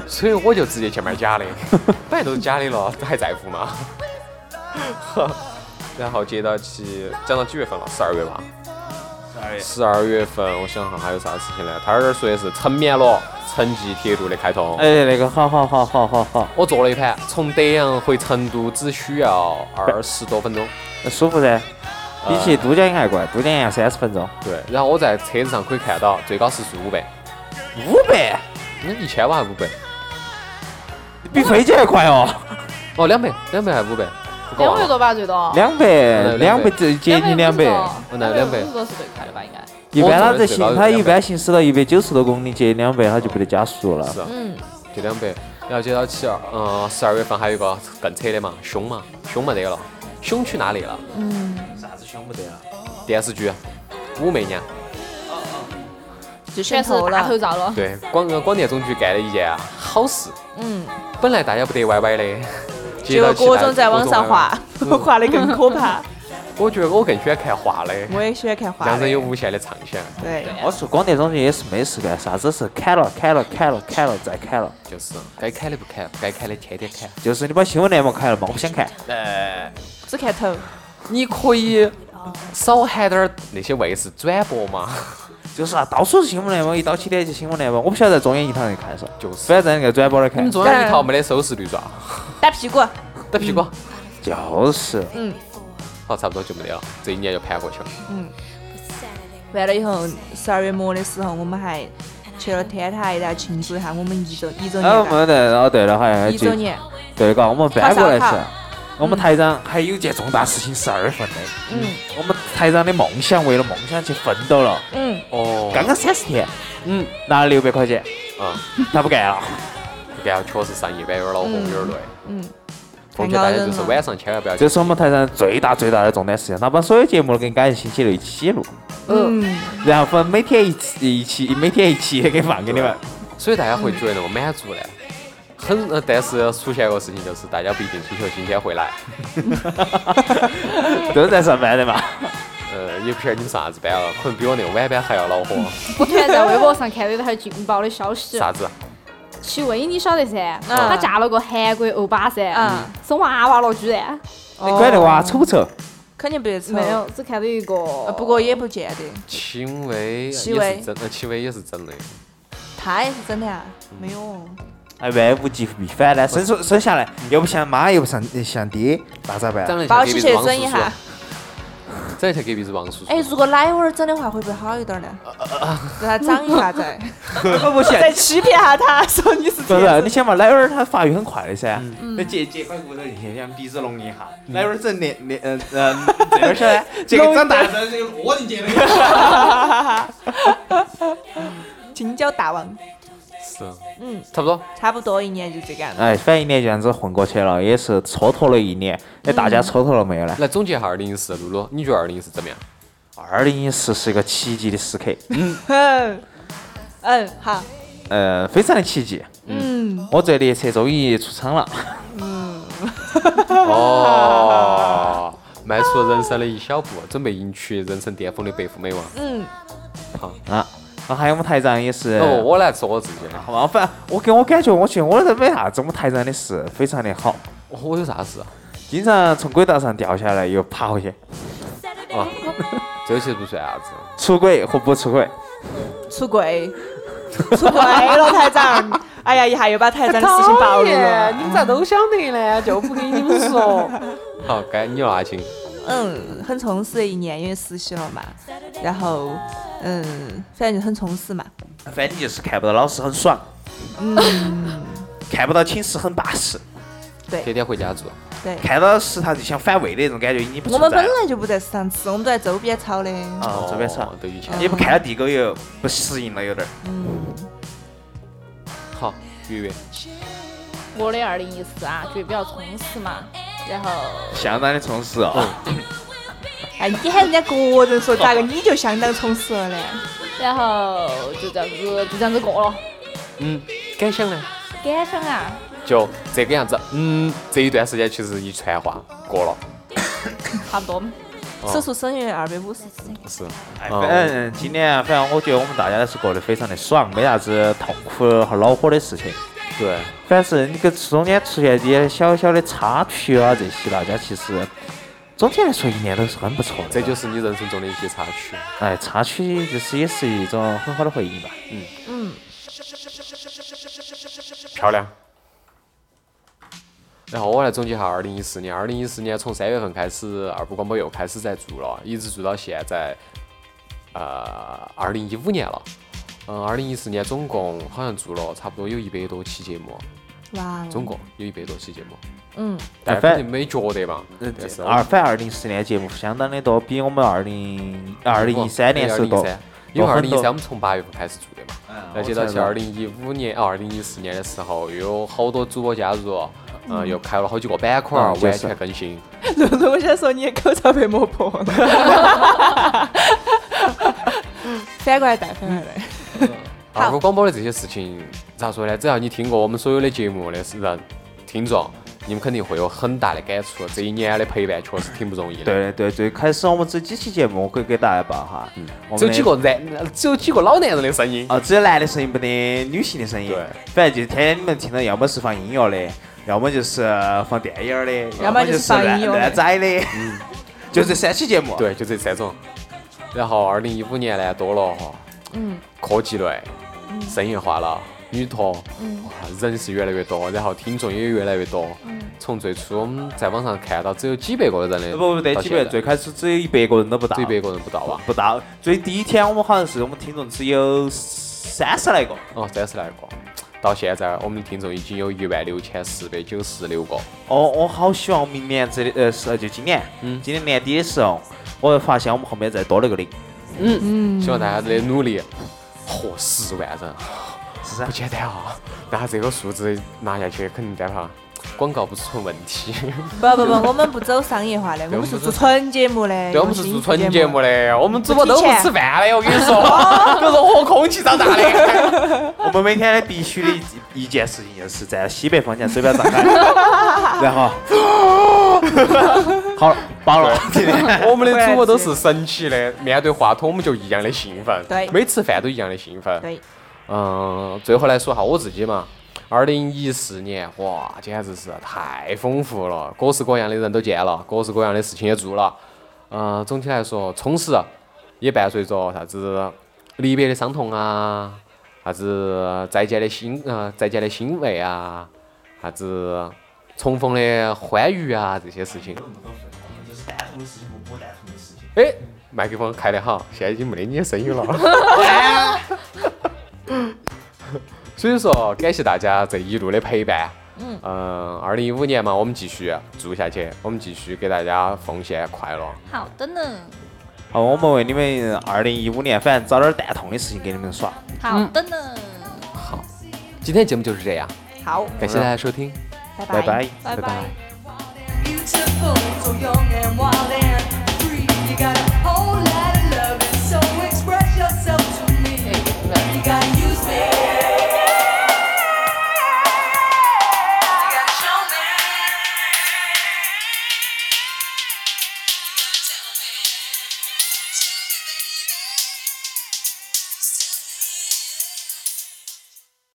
Speaker 4: 所以我就直接去买 假的，本来都是假的了，还在乎吗？ 然后接到起讲到几月份了？十二月吧。十二月份，我想想还有啥事情呢？他这儿说的是成绵罗城际铁路的开通。
Speaker 3: 哎，那个好好好好好好，
Speaker 4: 我坐了一盘，从德阳回成都只需要二十多分钟。
Speaker 3: 舒服噻，比起都江堰还快，都江堰要三十分钟，
Speaker 4: 对，然后我在车子上可以看到最高时速五百，
Speaker 3: 五百，
Speaker 4: 那一千瓦还五百，
Speaker 3: 比飞机还快哦，
Speaker 4: 哦，两百，两百还五百，不够
Speaker 7: 两百
Speaker 4: 啊。
Speaker 7: 多吧最多，
Speaker 3: 两百，
Speaker 4: 嗯两
Speaker 3: 两
Speaker 4: 百
Speaker 3: 百接接近两
Speaker 7: 两
Speaker 3: 百，
Speaker 4: 嗯
Speaker 7: 百
Speaker 4: 那
Speaker 7: 五
Speaker 4: 两
Speaker 7: 十
Speaker 4: 百
Speaker 7: 多，五十多是最快的吧应该。
Speaker 3: 一般它这
Speaker 4: 我
Speaker 3: 行，
Speaker 4: 坐的最高
Speaker 3: 它
Speaker 4: 是
Speaker 3: 一
Speaker 4: 200
Speaker 3: 般行驶到一百九十多公里接两百，它就不得加速了
Speaker 4: 是。啊，嗯，就两百。然后接到起，嗯，十二月份还有一个更扯的嘛，凶嘛，凶没得了，凶去哪里了？
Speaker 3: 啥子凶不
Speaker 5: 啊
Speaker 3: 得了？
Speaker 4: 电视剧《武媚娘
Speaker 5: 就先
Speaker 7: 全是
Speaker 5: 投
Speaker 7: 大
Speaker 5: 了
Speaker 7: 头。照了》，。
Speaker 4: 对，广呃广电总局干了一件好事，
Speaker 5: 嗯，
Speaker 4: 本来大家不得歪 歪的，接
Speaker 5: 结
Speaker 4: 到
Speaker 5: 果
Speaker 4: 起
Speaker 5: 各
Speaker 4: 大家
Speaker 5: 种在网
Speaker 4: 各
Speaker 5: 上
Speaker 4: 种歪歪
Speaker 5: 画，
Speaker 3: 嗯
Speaker 5: 画的更可怕。
Speaker 4: 啊我觉得我更喜欢看画的，
Speaker 5: 我也喜欢看画的。
Speaker 4: 让人有无限的畅想。
Speaker 5: 对，
Speaker 3: 我说广电总局也是没事干，啥子是砍了砍了砍了砍了再砍了，
Speaker 4: 就是该砍的不砍，该砍的天天砍。
Speaker 3: 就是你把新闻联盟砍了嘛，我不想看。
Speaker 5: 只看头。
Speaker 4: 你可以
Speaker 5: 哦
Speaker 4: 少喊点儿那些卫视转播嘛，
Speaker 3: 就是啊，到处是新闻联盟，一到起点就新闻联盟，我不晓得在中央一堂去看啥，
Speaker 4: 就是
Speaker 3: 反正在那个转播那儿
Speaker 4: 你
Speaker 3: 看
Speaker 4: 们，中央一套没得收视率抓，
Speaker 5: 打屁股，
Speaker 4: 打屁股。
Speaker 3: 就是
Speaker 4: 好，差不多就没得了，这一年就盘过去了。
Speaker 5: 完了以后，十二月末的时候，我们还去了天台，然后庆祝一下我们一周一周
Speaker 3: 哎，我
Speaker 5: 年吧，
Speaker 3: 们的哦对了，好像还
Speaker 5: 一周
Speaker 3: 记
Speaker 5: 年。
Speaker 3: 对嘎，我们搬过来
Speaker 5: 烤烧
Speaker 3: 是
Speaker 5: 烤，
Speaker 3: 我们台长还有件重大事情，十二月份的，
Speaker 5: 嗯
Speaker 3: 我们台长的梦想为了梦想去奋斗了，
Speaker 5: 嗯，
Speaker 4: 哦
Speaker 3: 刚刚三十天
Speaker 4: 嗯
Speaker 3: 拿了六百块钱，
Speaker 4: 嗯，
Speaker 3: 他不干了，
Speaker 4: 不干了确实上夜班有点恼火，有点累。
Speaker 5: 嗯，
Speaker 4: 我觉得大家就是晚上千万不要去
Speaker 3: 这是我们台长最大最大的重点事情，他把所有节目都跟赶在星期六一起录，
Speaker 5: 嗯，
Speaker 3: 然后分每天一期一期，每天一期给放给你们。
Speaker 4: 所以大家会觉得那么满足呢。很，呃但是出现一个事情，就是大家不一定追求今天会来，
Speaker 3: 都在上班的嘛。
Speaker 4: 呃，也不晓得你们上啥子班了，可能比我那个晚班还要恼火。
Speaker 5: 嗯
Speaker 7: 我突然在微博上看到一条劲爆的消息，
Speaker 4: 啥子？
Speaker 7: 戚薇你晓得噻，
Speaker 5: 嗯
Speaker 7: 她嫁了个韩国欧巴噻
Speaker 5: 嗯，
Speaker 7: 生娃娃了居然，
Speaker 5: 你
Speaker 3: 你管那娃丑不丑？
Speaker 5: 哦肯定不得抽
Speaker 7: 没，有，只看到一个
Speaker 5: 呃，嗯不过也不见得，
Speaker 4: 戚啊薇也
Speaker 5: 戚薇
Speaker 4: 是真的，戚薇也是真的。
Speaker 5: 他也是真的啊，没有，
Speaker 3: 哎，万物极必反呢，生出生下来又不像妈，又不像像爹，那咋办？
Speaker 4: 长得
Speaker 5: 把
Speaker 4: 像
Speaker 5: 我
Speaker 4: 隔
Speaker 5: 起
Speaker 4: 壁
Speaker 5: 去
Speaker 4: 是王
Speaker 5: 整一
Speaker 4: 叔叔，啊
Speaker 5: 下
Speaker 4: 长。得像隔壁是王叔叔。
Speaker 5: 哎，如果奶娃儿整的话，会不会好一点儿呢？让他长一下再，
Speaker 3: 不不行，
Speaker 5: 再欺骗下他， 说你是
Speaker 3: 不
Speaker 5: 这
Speaker 3: 是，
Speaker 5: 样
Speaker 3: 你
Speaker 5: 子。
Speaker 3: 想嘛，奶娃儿他发育很快的噻，那结结块骨头进去，像鼻子隆一下，奶娃儿整脸脸呃呃这边儿下来，结果长大了之后就窝进去了。
Speaker 5: 青椒大王，
Speaker 4: 是，啊
Speaker 5: 嗯，
Speaker 4: 差不多。
Speaker 5: 差不多一年就这个样子。
Speaker 3: 哎，反正一年就这样子混过去了，也是蹉跎了一年。哎，大
Speaker 5: 嗯
Speaker 3: 家蹉跎了没有呢？
Speaker 4: 来总结一下二零一四，露露，你觉得二零一四怎么样？
Speaker 3: 二零一四是一个奇迹的时刻，
Speaker 5: 嗯， 嗯，好，
Speaker 3: 呃，非常的奇迹。
Speaker 5: 嗯，
Speaker 3: 我这列车终于出厂了，
Speaker 4: 哦，迈出人生的一小步，准备迎娶人生巅峰的白富美王。
Speaker 5: 嗯，
Speaker 3: 啊，啊，还有我们台长也是。
Speaker 4: 哦，我来说我自己的，
Speaker 3: 好吧，反正我给我感觉，我觉得我这没啥子，我们台长的事非常的好，
Speaker 4: 我我有啥事啊？
Speaker 3: 经常从轨道上掉下来又爬回去，
Speaker 4: 啊，这其实不算啊啥子。
Speaker 3: 出轨和不出轨，
Speaker 5: 出柜，出柜了，台长。哎呀，一下又把台长的事情暴露
Speaker 7: 嗯
Speaker 5: 了。
Speaker 6: 你们咋都晓得呢？就不给你们说。
Speaker 4: 好，该你了，阿青。
Speaker 5: 嗯，很充实的一年，因为实习了嘛。然后，嗯，反正就很充实嘛。
Speaker 3: 反正就是看不到老师很爽，
Speaker 5: 嗯
Speaker 3: 看不到寝室很巴适，
Speaker 4: 天天回家住，
Speaker 5: 对，
Speaker 3: 看到食堂就想反胃的那种感觉已经不
Speaker 5: 我
Speaker 3: 存
Speaker 5: 们
Speaker 3: 在
Speaker 5: 本
Speaker 3: 了。
Speaker 5: 来就不在食堂吃，我们都在周边炒的。
Speaker 3: 啊，这边是啊
Speaker 4: 哦，对以前。
Speaker 3: 也 不看到地沟油，不适应了有点儿。
Speaker 4: 好，月月，
Speaker 7: 我的二零一四啊，觉得比较充实嘛，然后
Speaker 3: 相当的充实哦。
Speaker 5: 哎，你喊人家个人说咋个，你就相当充实了嘞。
Speaker 7: 然后就这样子就这样子过了。
Speaker 4: 嗯，感想呢？
Speaker 7: 感想啊，
Speaker 4: 就这个样子。嗯，这一段时间其实一串话过了，
Speaker 7: 差不多。
Speaker 4: 哦
Speaker 5: 手术生育二百五十次，
Speaker 4: 是。
Speaker 3: 哎，
Speaker 4: 哦
Speaker 3: 反正今年反正我觉得我们大家都是过得非常的爽，没啥子痛苦和恼火的事情。
Speaker 4: 对，
Speaker 3: 凡是你跟中间出现一些小小的插曲啊，这些大家其实总体来说一年都是很不错的。
Speaker 4: 这就是你人生中的一些插曲。
Speaker 3: 哎，插曲就是也是一种很好的回忆吧。
Speaker 4: 漂亮。然后我来总结一下二零一四年，二零一四年从三月份开始，二部广播又开始在做了，一直做到现在，呃，二零一五年了。嗯，二零一四年总共好像做了差不多有一百多期节目，
Speaker 5: 哇哦！
Speaker 4: 总共有一百多期节目，
Speaker 5: 嗯，
Speaker 4: 但
Speaker 3: 哎
Speaker 4: 肯
Speaker 3: 反呃
Speaker 4: 定没觉得嘛。但是
Speaker 3: 二反二零四年节目相当的多，比我们二零二零一三年是多。
Speaker 4: 2013因为
Speaker 3: 多
Speaker 4: 二
Speaker 3: 很
Speaker 4: 零一
Speaker 3: 多
Speaker 4: 三我们从八月份开始做的嘛，那接到去二零一五年、啊二零一四年的时候，又有好多主播加入，嗯，又开了好几个板块，
Speaker 3: 嗯就
Speaker 4: 完
Speaker 3: 是
Speaker 4: 全更新。
Speaker 5: 露露， 我想说你的口罩被磨破了， 反过来戴，反过来戴。
Speaker 4: 二胡广播的这些事情咋说呢？只要你听过我们所有的节目的是人听众，你们肯定会有很大的感触。这一年的陪伴确实挺不容易的。，
Speaker 3: 对对，最开始我们这几期节目我可以给大家报哈，我们
Speaker 4: 只有
Speaker 3: 的
Speaker 4: 几个男，只有几个老男人的声音。
Speaker 3: 哦，只有男的声音，没得女性的声音。
Speaker 4: 对
Speaker 3: 反正就是天天你们听到，要么是放音乐的，要么就是呃放电影儿的，
Speaker 5: 嗯要么
Speaker 3: 么
Speaker 5: 就是是放
Speaker 3: 乱
Speaker 5: 音乐的
Speaker 3: 乱摘的。就这三期节目。，
Speaker 4: 嗯对，就这三种。然后二零一五年呢，多了哈，嗯，科技类、商业化了，女托，嗯，人是越来越多，然后听众也越来越多。嗯，从最初我们在网上看到只有几百个人的，
Speaker 3: 不呃不得几百，最开始只有一百个人都不到。
Speaker 4: 只有一百个人不到吧？
Speaker 3: 不到，最第一天我们好像是我们听众只有三十来个，
Speaker 4: 哦，三十来个。到现在，我们的听众已经有一万六千四百九十六个。
Speaker 3: 哦，我好希望明年这里呃是就今年，嗯，今年年底的时候，我会发现我们后面再多了个零，
Speaker 4: 希望大家的努力，嚯，十万人
Speaker 3: 是啊
Speaker 4: 不，简单啊！那这个数字拿下去，肯定单怕广告不出问题。
Speaker 5: 不不不，我们不走商业化的，我们是做纯节目的。
Speaker 4: 对，我们是做纯节目哦
Speaker 5: 的。
Speaker 4: 的，哎我们主播都不吃饭的，我跟你说，都是喝空气长大 的。
Speaker 3: 我们每天的必须的一一件事情就是站西北方向水表上 海，然后， 好了，饱了，今天
Speaker 4: 我们的主播都是神奇的，面对话筒我们就一样的兴奋，
Speaker 5: 对
Speaker 4: 没吃饭都一样的兴奋。
Speaker 5: 对，
Speaker 4: 嗯，最后来说下我自己嘛。二零一四年，哇，简直是太丰富了，各式各样的人都见了，各式各样的事情也做了。嗯、总体来说充实，也伴随着啥子离别的伤痛啊，啥子再见的欣呃再见的欣慰啊，啥子重逢的欢愉啊这些事情。哎，麦克风开得好，现在已经没得你的声音了。所以说，感谢大家这一路的陪伴。嗯，二零一五年嘛，我们继续做下去，我们继续给大家奉献快乐。
Speaker 7: 好的呢，
Speaker 3: 好，我们为你们二零一五年反正找点蛋痛的事情给你们耍，
Speaker 7: 好的呢，
Speaker 4: 今天节目就是这样，
Speaker 5: 好，
Speaker 4: 感谢大家收听。
Speaker 5: 拜
Speaker 3: 拜
Speaker 5: 拜。
Speaker 3: 拜。
Speaker 7: 拜拜。
Speaker 8: beautiful